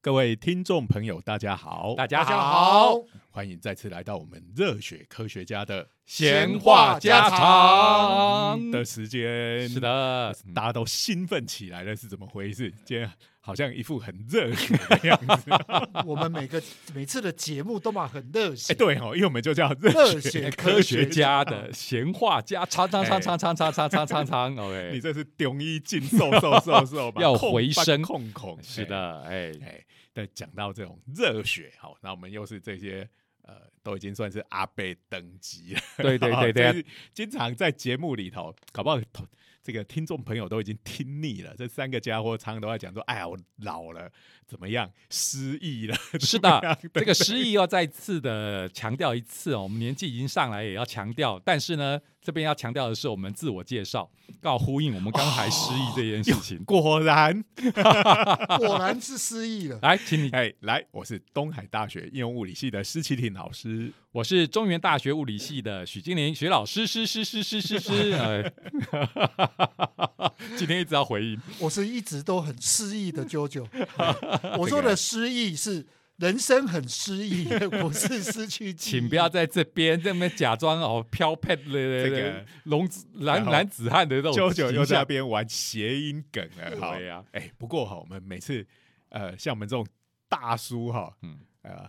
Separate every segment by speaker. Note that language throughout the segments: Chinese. Speaker 1: 各位听众朋友，大家好，
Speaker 2: 大家
Speaker 3: 大家
Speaker 2: 好，
Speaker 3: 好，
Speaker 1: 欢迎再次来到我们热血科学家的
Speaker 3: 闲话家
Speaker 2: 常
Speaker 1: 的时间。嗯
Speaker 2: 是，的，
Speaker 1: 大家都兴奋起来了，是怎么回事？今天好像一副很热 血的样子。
Speaker 3: 我们每个每次的节目都嘛很热
Speaker 1: 哎，
Speaker 3: 血，
Speaker 1: 对哦，因为我们就叫热
Speaker 3: 热
Speaker 1: 血。
Speaker 3: 血
Speaker 2: 科
Speaker 3: 科
Speaker 2: 学
Speaker 3: 学家，
Speaker 2: 家的闲话家，常常常常常常常常常常
Speaker 1: 你
Speaker 2: ，OK，
Speaker 1: 这是中医进瘦瘦瘦瘦吧？
Speaker 2: 要
Speaker 1: 控
Speaker 2: 回升
Speaker 1: 控控。
Speaker 2: 是
Speaker 1: 哎
Speaker 2: 的，哎，
Speaker 1: 哎，但讲到这种热血，好，那我们又是这些呃，都已经算是阿贝等级了。
Speaker 2: 对对对
Speaker 1: 就
Speaker 2: 对，
Speaker 1: 是啊经常在节目里头，搞不好同这个听众朋友都已经听腻了。这三个家伙常常都在讲说：“哎呀，我老了，怎么样，失忆了。
Speaker 2: 是
Speaker 1: 怎么样
Speaker 2: 的，这个失忆要再次的强调一次哦，我们年纪已经上来也要强调，但是呢，这边要强调的是我们自我介绍，刚好呼应我们刚才失忆这件事情”。
Speaker 1: 果然，啊
Speaker 3: 果然是失忆了。
Speaker 2: 来，请你，
Speaker 1: 哎，来，我是东海大学应用物理系的施启廷老师。
Speaker 2: 我是中原大学物理系的许金玲许老师，师师师师师师，哎今天一直要回应，
Speaker 3: 我是一直都很失意的 啾啾。我说的失意是人生很失 意，不是失去记忆。
Speaker 2: 请不要在这边这么假装哦飘派
Speaker 1: 这
Speaker 2: 的
Speaker 1: 个
Speaker 2: 龙子男
Speaker 1: 然后
Speaker 2: 男子汉的这种
Speaker 1: 九九又
Speaker 2: 形
Speaker 1: 在那
Speaker 2: 象，
Speaker 1: 边玩谐音梗了，好
Speaker 2: 对呀，
Speaker 1: 哎，不过哈，我们每次呃，像我们这种大叔哈，
Speaker 2: 嗯
Speaker 1: 呃，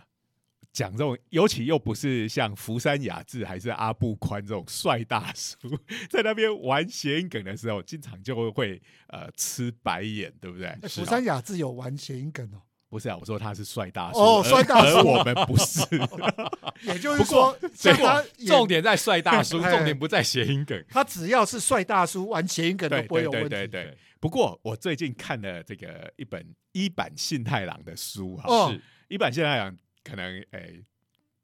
Speaker 1: 讲这种，尤其又不是像福山雅治还是阿布宽这种帅大叔， 在那边玩谐音梗的时候，经常就会呃吃白眼，对不对？
Speaker 3: 哎
Speaker 1: 是
Speaker 3: 釜
Speaker 1: 啊
Speaker 3: 山雅治有玩谐音梗哦，
Speaker 1: 不是啊，我说他是帅大叔
Speaker 3: 哦
Speaker 1: 而
Speaker 3: 帅大叔
Speaker 1: 而我们不 是。
Speaker 3: 也就是说，
Speaker 2: 结
Speaker 3: 像
Speaker 2: 果
Speaker 3: 他
Speaker 2: 重
Speaker 3: 也
Speaker 2: 点在帅大 叔，
Speaker 3: 哎
Speaker 2: 重点不在谐音 梗。
Speaker 3: 他只要是帅大叔玩谐音梗都
Speaker 1: 对
Speaker 3: 不会
Speaker 1: 对
Speaker 3: 有问
Speaker 1: 对
Speaker 3: 题。
Speaker 1: 对对。不过我最近看了这个一本一版信太郎的书哈，
Speaker 3: 哦
Speaker 2: 是
Speaker 1: 一版信太郎可能诶、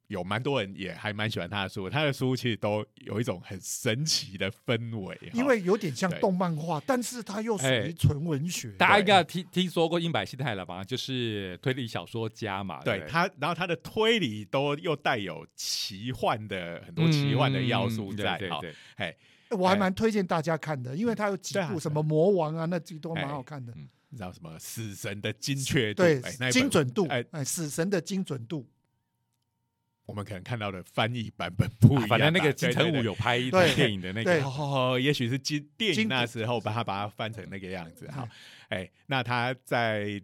Speaker 1: 有蛮多人也还蛮喜欢他的书，他的书其实都有一种很神奇的氛围哈，
Speaker 3: 因为有点像
Speaker 1: 对
Speaker 3: 动漫画，但是它又属
Speaker 2: 哎
Speaker 3: 于纯文学。哎
Speaker 2: 大家应该听听说过硬百信太郎吧？就是推理小说家嘛，
Speaker 1: 对
Speaker 2: 不
Speaker 1: 他，然后他的推理都又带有奇幻的很多奇幻的要素
Speaker 2: 嗯
Speaker 1: 在
Speaker 2: 对
Speaker 1: 哈
Speaker 2: 对，对，
Speaker 1: 哎，
Speaker 3: 我还
Speaker 1: 哎
Speaker 3: 蛮推荐大家看的，因为它有几
Speaker 1: 对啊
Speaker 3: 部
Speaker 1: 对
Speaker 3: 什么魔王啊，那几都蛮好看的
Speaker 2: 哎。
Speaker 1: 你知道什么死神的精确度，
Speaker 3: 对
Speaker 1: 哎那，一
Speaker 3: 精
Speaker 1: 本
Speaker 3: 准度，
Speaker 1: 哎，
Speaker 3: 哎，死神的精 准度，
Speaker 1: 我们可能看到的翻译版本不一样啊，
Speaker 2: 反正那个金
Speaker 1: 金
Speaker 2: 城
Speaker 1: 城
Speaker 2: 武有拍一部
Speaker 3: 对
Speaker 2: 电影的那
Speaker 3: 对
Speaker 2: 个，
Speaker 1: 哦，也许是经电影
Speaker 3: 经
Speaker 1: 那
Speaker 3: 典
Speaker 1: 时候把它把它翻成那个样子哈。哎，那他在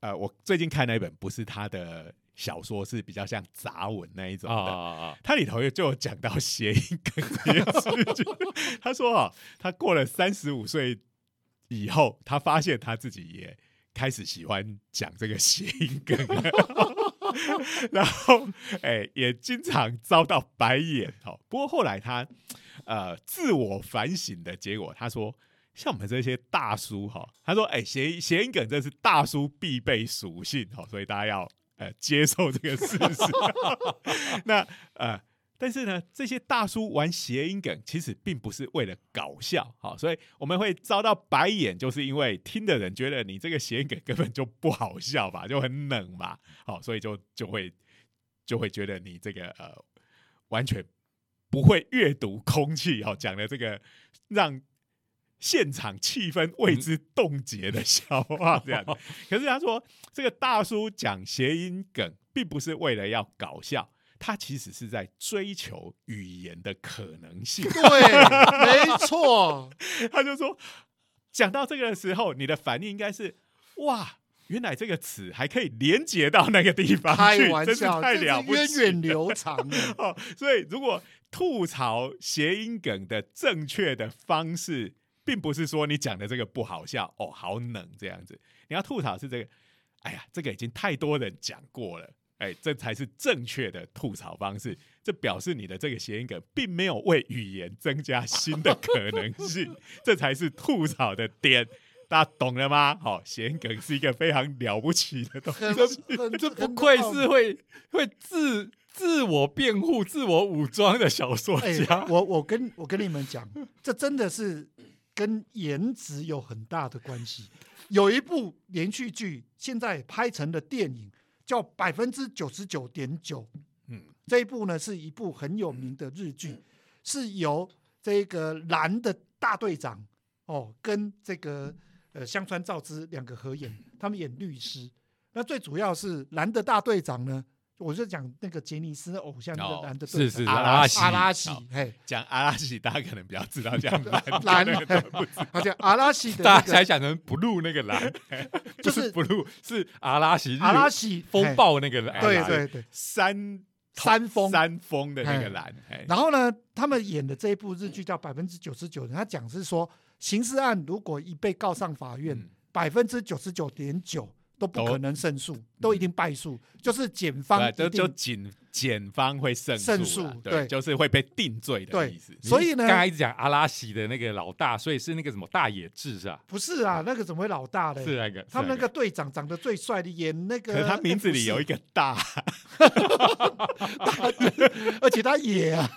Speaker 1: 呃，我最近看那一本不是他的小说，是比较像杂文那一种
Speaker 2: 啊啊
Speaker 1: 的。
Speaker 2: 啊啊，
Speaker 1: 它里头就有讲到谐音梗这件事情。他说啊、他过了三十五岁以后，他发现他自己也开始喜欢讲这个谐音梗了，然后哎、也经常遭到白眼。哦，不过后来他呃自我反省的结果，他说。像我们这些大叔哈、他说：“哎、谐谐音梗这是大叔必备属性哈、所以大家要呃接受这个事实。 那呃，但是呢，这些大叔玩谐音梗其实并不是为了搞笑，好、所以我们会遭到白眼，就是因为听的人觉得你这个谐音梗根本就不好笑吧，就很冷嘛，好、所以就就会就会觉得你这个呃完全不会阅读空气，好、讲的这个让。现场气氛为之冻结的笑话，这样子。可是他说，这个大叔讲谐音梗，并不是为了要搞笑，他其实是在追求语言的可能性。
Speaker 3: 对，没 错，
Speaker 1: 他就说，讲到这个的时候，你的反应应该是哇。原来这个词还可以连接到那个地方去，
Speaker 3: 开玩
Speaker 1: 真是
Speaker 3: 笑，
Speaker 1: 太
Speaker 3: 这是
Speaker 1: 了不
Speaker 3: 源
Speaker 1: 起。
Speaker 3: 远流长啊 的
Speaker 1: 哦，所以如果吐槽谐音梗的正确的方式，并不是说你讲的这个不好笑哦，好冷这样子，你要吐槽是这个，哎呀，这个已经太多人讲过了。哎，这才是正确的吐槽方式。这表示你的这个谐音梗并没有为语言增加新的可能性，这才是吐槽的点。大家懂了吗？好、谐音梗是一个非常了不起的东西。
Speaker 3: 很很
Speaker 2: 这不
Speaker 3: 很
Speaker 2: 愧
Speaker 3: 棒
Speaker 1: 哦
Speaker 2: 是会会自自我辩护、自我武装的小说
Speaker 3: 哎
Speaker 2: 家，，
Speaker 3: 我我跟我跟你们讲，这真的是跟颜值有很大的关系。有一部连续剧现在拍成的电影叫《百分之九十九点九》，
Speaker 1: 嗯
Speaker 3: 嗯，这一部呢是一部很有名的日剧，是由这个蓝的大队长哦跟这个呃香川照之两个合演，他们演律师。那最主要是蓝的大队长呢，我就讲那个杰尼斯的偶像那
Speaker 1: 哦
Speaker 3: 个蓝的队
Speaker 2: 是
Speaker 3: 长
Speaker 2: 是
Speaker 1: 阿
Speaker 2: 阿
Speaker 1: 拉
Speaker 2: 拉
Speaker 1: 西
Speaker 2: 西
Speaker 3: 哎阿拉西
Speaker 1: 好，
Speaker 3: 嘿，
Speaker 1: 讲阿拉西，大家可能比较知道，讲
Speaker 3: 蓝
Speaker 1: 蓝可能都不知 道
Speaker 3: 而且阿拉西 的那
Speaker 2: 大家才
Speaker 3: 个
Speaker 2: 想成 blue 那个蓝，不
Speaker 3: 就是
Speaker 2: 是 blue，是阿拉西日
Speaker 3: 阿拉西
Speaker 2: 风，暴那个蓝，
Speaker 3: 嘿哎对对对。
Speaker 1: 山
Speaker 3: 山峰
Speaker 1: 山峰的那个蓝，哎
Speaker 3: 然后呢，他们演的这一部日剧叫《百分之九十九》，他讲是说，刑事案如果一被告上法院
Speaker 1: 嗯，
Speaker 3: 百分之九十九点九都不
Speaker 1: 都
Speaker 3: 可能胜诉，都一定败诉，就是检方
Speaker 1: 对，
Speaker 3: 一
Speaker 1: 就就
Speaker 3: 定
Speaker 1: 检检方会胜
Speaker 3: 胜
Speaker 1: 诉啦
Speaker 3: 诉
Speaker 1: 对，
Speaker 3: 对
Speaker 1: 就是会被定罪的
Speaker 3: 对
Speaker 1: 意思。
Speaker 3: 所以呢
Speaker 2: 刚才一直讲阿拉西的那个老大，所以是那个什么大野智是吧？
Speaker 3: 不是啊，那个怎么会老大嘞？
Speaker 2: 是那个，
Speaker 3: 他们那
Speaker 2: 是
Speaker 3: 个队长长得最帅的，演那
Speaker 1: 啊可
Speaker 3: 个
Speaker 1: 是他名字里有一个大，
Speaker 3: 那个， 而且他野啊，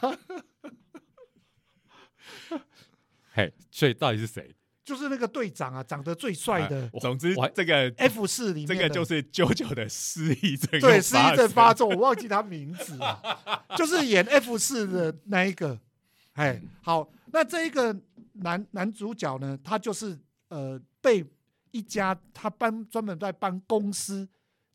Speaker 2: 嘿，所以到底是谁？
Speaker 3: 就是那个队长啊，长得最帅的
Speaker 1: 啊总之
Speaker 2: 我还
Speaker 1: 这个
Speaker 3: F 四里面
Speaker 1: 这
Speaker 3: 的，
Speaker 1: 个就是九九的失忆症，
Speaker 3: 对失忆症发，作，我忘记他名字了，就是演 F 四的那一个。哎，好，那这一个男男主角呢，他就是呃被一家他帮专门在帮公司，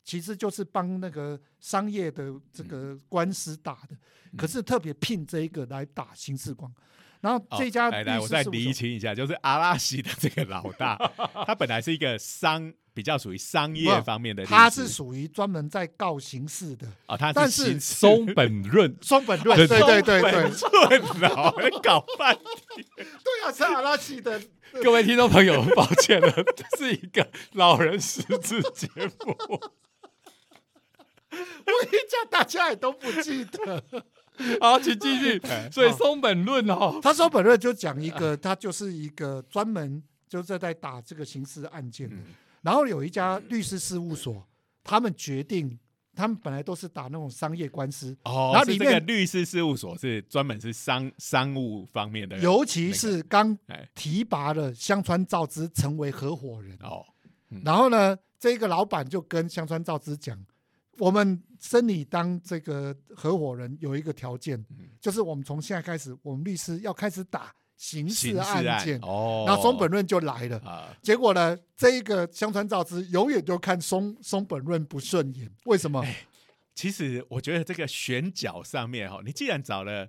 Speaker 3: 其实就是帮那个商业的这个官司打的，可是特别聘这一个来打刑事官。然后
Speaker 1: 哦
Speaker 3: 这家
Speaker 1: 来
Speaker 3: 律
Speaker 1: 来，
Speaker 3: 师
Speaker 1: 我
Speaker 3: 事
Speaker 1: 再
Speaker 3: 务
Speaker 1: 厘
Speaker 3: 所
Speaker 1: 清一下，就是阿拉西的这个老大，他本来是一个商比较属于商业
Speaker 3: 不
Speaker 1: 方面的律师，
Speaker 3: 他是属于专门在告刑事的
Speaker 1: 啊，他
Speaker 3: 但
Speaker 1: 是
Speaker 3: 是
Speaker 1: 刑事
Speaker 2: 松本润
Speaker 3: 双本 论，
Speaker 2: 对
Speaker 3: 对对对对，对
Speaker 1: 顺脑搞半天
Speaker 3: 啊，是阿拉奇的
Speaker 2: 各位听众朋友， 抱歉了，这是一个老人识字节目。
Speaker 3: 我一讲，大家也都不记得。
Speaker 2: 好，请继续。
Speaker 3: 哎
Speaker 2: 所以松本润 哦，
Speaker 3: 他说本来就讲一个，他就是一个专门就是在打这个刑事案件的。然后有一家律师事务所，他们决定，他们本来都是打那种商业官司，
Speaker 1: 哦，
Speaker 3: 然后
Speaker 1: 是
Speaker 3: 里
Speaker 1: 这个
Speaker 3: 面
Speaker 1: 律师事务所是专门是商商务方面的人，
Speaker 3: 尤其是刚
Speaker 1: 哎
Speaker 3: 提拔了香川照之成为合伙人，
Speaker 1: 哦，
Speaker 3: 然后呢，这个老板就跟香川照之讲，我们升你当这个合伙人有一个条件，就是我们从现在开始，我们律师要开始打刑
Speaker 1: 刑事
Speaker 3: 事案
Speaker 1: 案
Speaker 3: 件。
Speaker 1: 哦，
Speaker 3: 然后松本润就来了，
Speaker 1: 啊，
Speaker 3: 结果呢，这一个香川照之永远就看松松本润不顺眼，为什么？
Speaker 1: 其实我觉得这个选角上面哈，你既然找了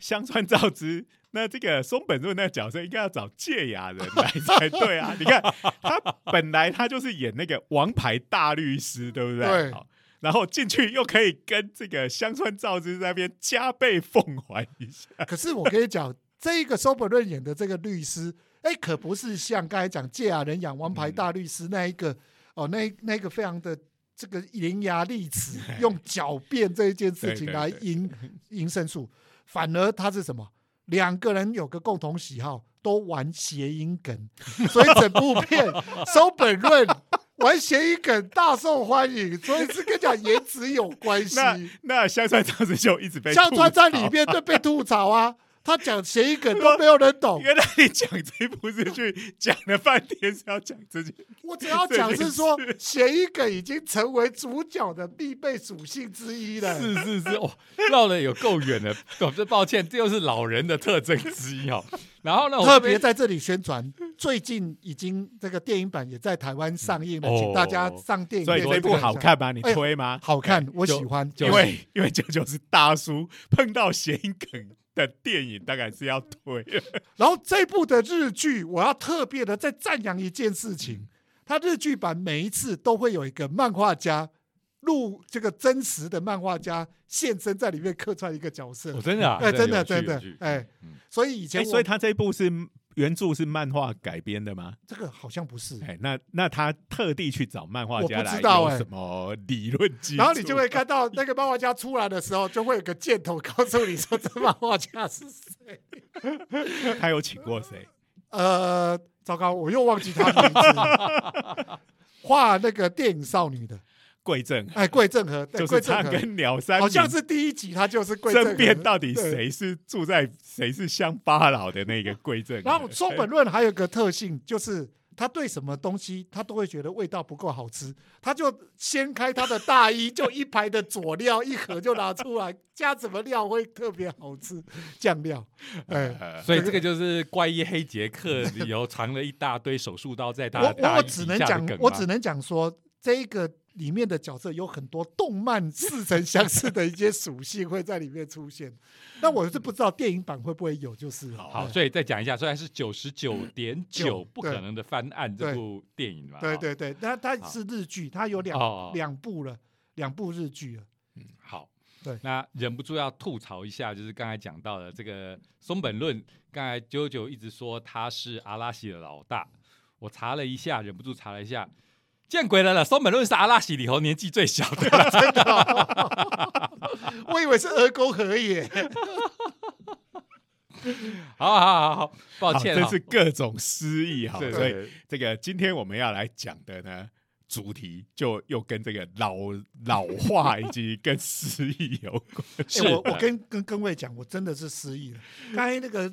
Speaker 1: 香川照之，那这个松本润那个角色应该要找芥雅人来才对啊！你看他本来他就是演那个王牌大律师，对不对？
Speaker 3: 对
Speaker 1: 好。然后进去又可以跟这个香川照之在那边加倍奉还一下，
Speaker 3: 可是我跟你讲，这一个松本润演的这个律师，哎，可不是像刚才讲芥雅人养王牌大律师那一个、哦，那那个非常的这个伶牙 俐齿，用狡辩这一件事情
Speaker 1: 对对
Speaker 3: 来
Speaker 1: 对
Speaker 3: 赢赢胜诉，反而他是什么？两个人有个共同喜好，都玩谐音 梗，所以整部片松本润玩谐音梗大受欢迎，所以是跟讲颜值有关系。
Speaker 1: 那那香川照之就一直被
Speaker 3: 像川
Speaker 1: 吐槽
Speaker 3: 在里面就被吐 槽啊，他讲谐音梗都没有人懂。
Speaker 1: 原来你讲这部日剧讲了半天是要讲这件，
Speaker 3: 我只要讲是说，谐音梗已经成为主角的必备属性之一了。
Speaker 2: 是是是，哇，绕了有够远 了。我这抱歉，这又是老人的特征之一 哦。然后呢，我
Speaker 3: 特
Speaker 2: 这边
Speaker 3: 别在这里宣传，最近已经这个电影版也在台湾上映了，
Speaker 2: 嗯
Speaker 3: 请大家
Speaker 2: 哦
Speaker 3: 上电影
Speaker 1: 所以
Speaker 3: 院去看一下。
Speaker 1: 这部好看吗？你
Speaker 3: 哎
Speaker 1: 推吗？
Speaker 3: 好看，我
Speaker 2: 就
Speaker 3: 喜欢，
Speaker 2: 就
Speaker 1: 因为 因为九九是大叔，碰到谐音梗的电影当然是要推。
Speaker 3: 然后这部的日剧，我要特别的再赞扬一件事情，
Speaker 1: 嗯
Speaker 3: 它日剧版每一次都会有一个漫画家录这个真实的漫画家现身在里面客串一个角色
Speaker 2: 我、，真的、啊，
Speaker 3: 哎，真的
Speaker 2: 有趣
Speaker 3: 真的
Speaker 2: 有趣，
Speaker 3: 哎
Speaker 2: 嗯，
Speaker 3: 所以以前
Speaker 1: 哎，
Speaker 3: 我
Speaker 1: 哦所以他这部是原著是漫画改编的吗？
Speaker 3: 这个好像不是。
Speaker 1: 哎，那那他特地去找漫画家
Speaker 3: 嗯我不
Speaker 1: 来，
Speaker 3: 知道
Speaker 1: 有
Speaker 3: 哎
Speaker 1: 什么理论基础？
Speaker 3: 然后你就会看到那个漫画家出来的时候，就会有个箭头告诉你说这漫画家是 谁。
Speaker 1: 他有请过谁？
Speaker 3: 呃，糟糕，我又忘记他名字了。 画那个电影少女的，
Speaker 1: 桂正啊
Speaker 3: 哎，桂正和， 对
Speaker 1: 就是
Speaker 3: 桂正
Speaker 1: 他
Speaker 3: 和
Speaker 1: 跟鸟山
Speaker 3: 好像
Speaker 1: 明
Speaker 3: 是第一集他就是贵正
Speaker 1: 争
Speaker 3: 人
Speaker 1: 辩到底。
Speaker 3: 对
Speaker 1: 谁是住在谁是乡巴佬的那个桂正。啊
Speaker 3: 然后松本润还有个特性，就是他对什么东西他都会觉得味道不够好吃，他就掀开他的大衣，就一排的佐料一盒就拿出来，加什么料会特别好吃，酱 料，哎。
Speaker 1: 呃
Speaker 2: 所以这个就是怪医黑杰克里头藏了一大堆手术刀在他的
Speaker 3: 我
Speaker 2: 大
Speaker 3: 我
Speaker 2: 衣
Speaker 3: 只
Speaker 2: 底
Speaker 3: 能
Speaker 2: 下的
Speaker 3: 讲
Speaker 2: 梗，
Speaker 3: 我
Speaker 2: 吗
Speaker 3: 只能讲说，这一个里面的角色有很多动漫似曾相识的一些属性会在里面出现。那我是不知道电影版会不会有，就是了
Speaker 2: 好，
Speaker 3: 嗯
Speaker 2: 所以再讲一下，所以它是九十九点九
Speaker 3: 九
Speaker 2: 不可能的翻案这部电影嘛？
Speaker 3: 对
Speaker 2: 哦，
Speaker 3: 对对，那它
Speaker 2: 好
Speaker 3: 是日剧，它有两、
Speaker 2: 哦
Speaker 3: 两部了，两部日剧了。
Speaker 2: 好，
Speaker 3: 对
Speaker 2: 那忍不住要吐槽一下，就是刚才讲到的这个松本论，刚才九九一直说他是阿拉西的老大，我查了一下，忍不住查了一下。见鬼了了！松本论是阿拉西里头年纪最小的，
Speaker 3: 我以为是鹅沟河野，
Speaker 2: 好好好好，抱
Speaker 1: 好
Speaker 2: 歉
Speaker 1: 啊真
Speaker 2: 哈
Speaker 1: 是各种失意哈。
Speaker 2: 对
Speaker 1: 所以
Speaker 2: 对
Speaker 1: 这个今天我们要来讲的呢，主题就又跟这个老老化以及跟失忆有 关。
Speaker 2: 是
Speaker 3: 欸我
Speaker 2: 的
Speaker 3: 我跟跟各位讲，我真的是失忆了。刚才那个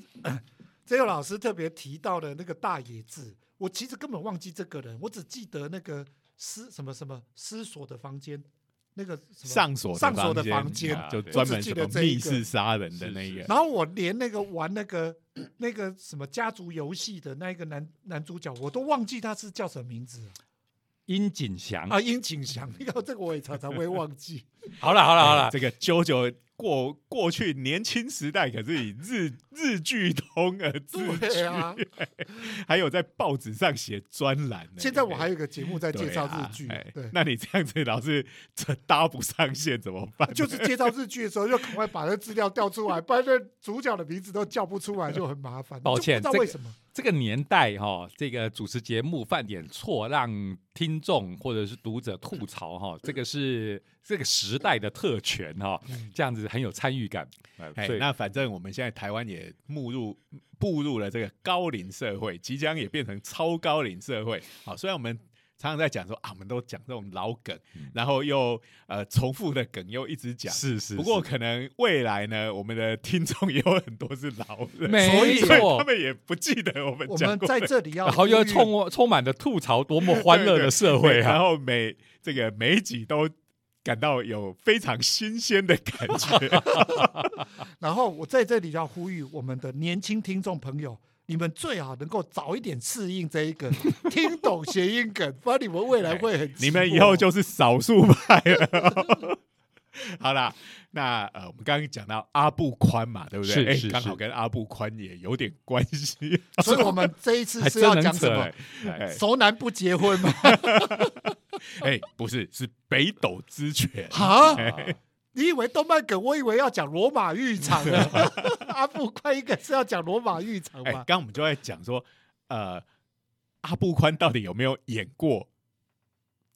Speaker 3: 这佑老师特别提到的那个大野智，我其实根本忘记这个人，我只记得那个思什么什么思索的房间，那个什么
Speaker 1: 上锁
Speaker 3: 上锁的房
Speaker 2: 间
Speaker 1: 啊就
Speaker 2: 我只
Speaker 1: 专门
Speaker 3: 记
Speaker 1: 什
Speaker 3: 得
Speaker 1: 么
Speaker 3: 这一
Speaker 1: 密
Speaker 3: 个
Speaker 1: 室杀人的
Speaker 2: 是
Speaker 1: 那
Speaker 2: 是
Speaker 1: 一个，
Speaker 3: 然后我连那个玩那个那个什么家族游戏的那一个男男主角，我都忘记他是叫什么名字了
Speaker 2: 殷景祥。
Speaker 3: 啊，殷景祥，你看这个我也常常会忘记。
Speaker 2: 好了好了好
Speaker 1: 哎
Speaker 2: 了，
Speaker 1: 这个啾啾过过去年轻时代可是以日日剧通而自
Speaker 3: 对啊，
Speaker 1: 还有在报纸上写专栏呢。
Speaker 3: 现在我还有一个节目在
Speaker 1: 对
Speaker 3: 介绍
Speaker 1: 啊
Speaker 3: 日剧
Speaker 1: 哎，
Speaker 3: 对。
Speaker 1: 那你这样子老是 这搭不上线怎么办？
Speaker 3: 就是介绍日剧的时候，就赶快把那资料调出来，不然那主角的名字都叫不出来，就很麻烦。
Speaker 2: 抱歉
Speaker 3: 就不知道为什么。
Speaker 2: 这个年代哈、这个主持节目犯点错，让听众或者是读者吐 槽哈、这个是这个时代的特权哈、这样子很有参与感。
Speaker 1: 哎
Speaker 2: 所，以
Speaker 1: 嗯那反正我们现在台湾也步入步入了这个高龄社会，即将也变成超高龄社会。好，虽然我们常常在讲说啊，我们都讲这种老梗，然后又呃重复的梗又一直讲。
Speaker 2: 嗯是是
Speaker 1: 不过可能未来呢，我们的听众也有很多是老人，
Speaker 2: 没
Speaker 1: 所以
Speaker 2: 错
Speaker 1: 他们也不记得我们
Speaker 3: 我
Speaker 1: 讲
Speaker 3: 们
Speaker 1: 过
Speaker 3: 在这里要
Speaker 2: 然后又
Speaker 3: 呼吁
Speaker 2: 充充满了吐槽，多么欢乐的社会
Speaker 1: 对然
Speaker 2: 啊！
Speaker 1: 后每这个每一集都感到有非常新鲜的感 觉。
Speaker 3: 然后我在这里要呼吁我们的年轻听众朋友，你们最好能够早一点适应这 一个，听懂谐音梗，不然你们未
Speaker 2: 哎
Speaker 3: 来会很寂寞
Speaker 1: 你们以后就是少数派了 哦。好啦，那呃，我们刚刚讲到阿布宽嘛，对不对？
Speaker 2: 是
Speaker 1: 哎
Speaker 2: 是
Speaker 1: 刚
Speaker 2: 是
Speaker 1: 好跟阿布宽也有点关 系。
Speaker 3: 所以我们这一次
Speaker 2: 还
Speaker 3: 是
Speaker 2: 真
Speaker 3: 要
Speaker 2: 能
Speaker 3: 讲
Speaker 2: 扯
Speaker 3: 什么
Speaker 2: 哎？哎
Speaker 3: 熟男不结婚吗？
Speaker 1: 哎，不是，是北斗之拳。
Speaker 3: 哈，
Speaker 1: 哎
Speaker 2: 啊
Speaker 3: 你以为动漫梗？我以为要讲罗马浴场 呢。阿布快应该是要讲罗马浴场
Speaker 1: 哎，
Speaker 3: 吧
Speaker 1: 刚？刚我们就在讲说，呃，阿布宽到底有没有演过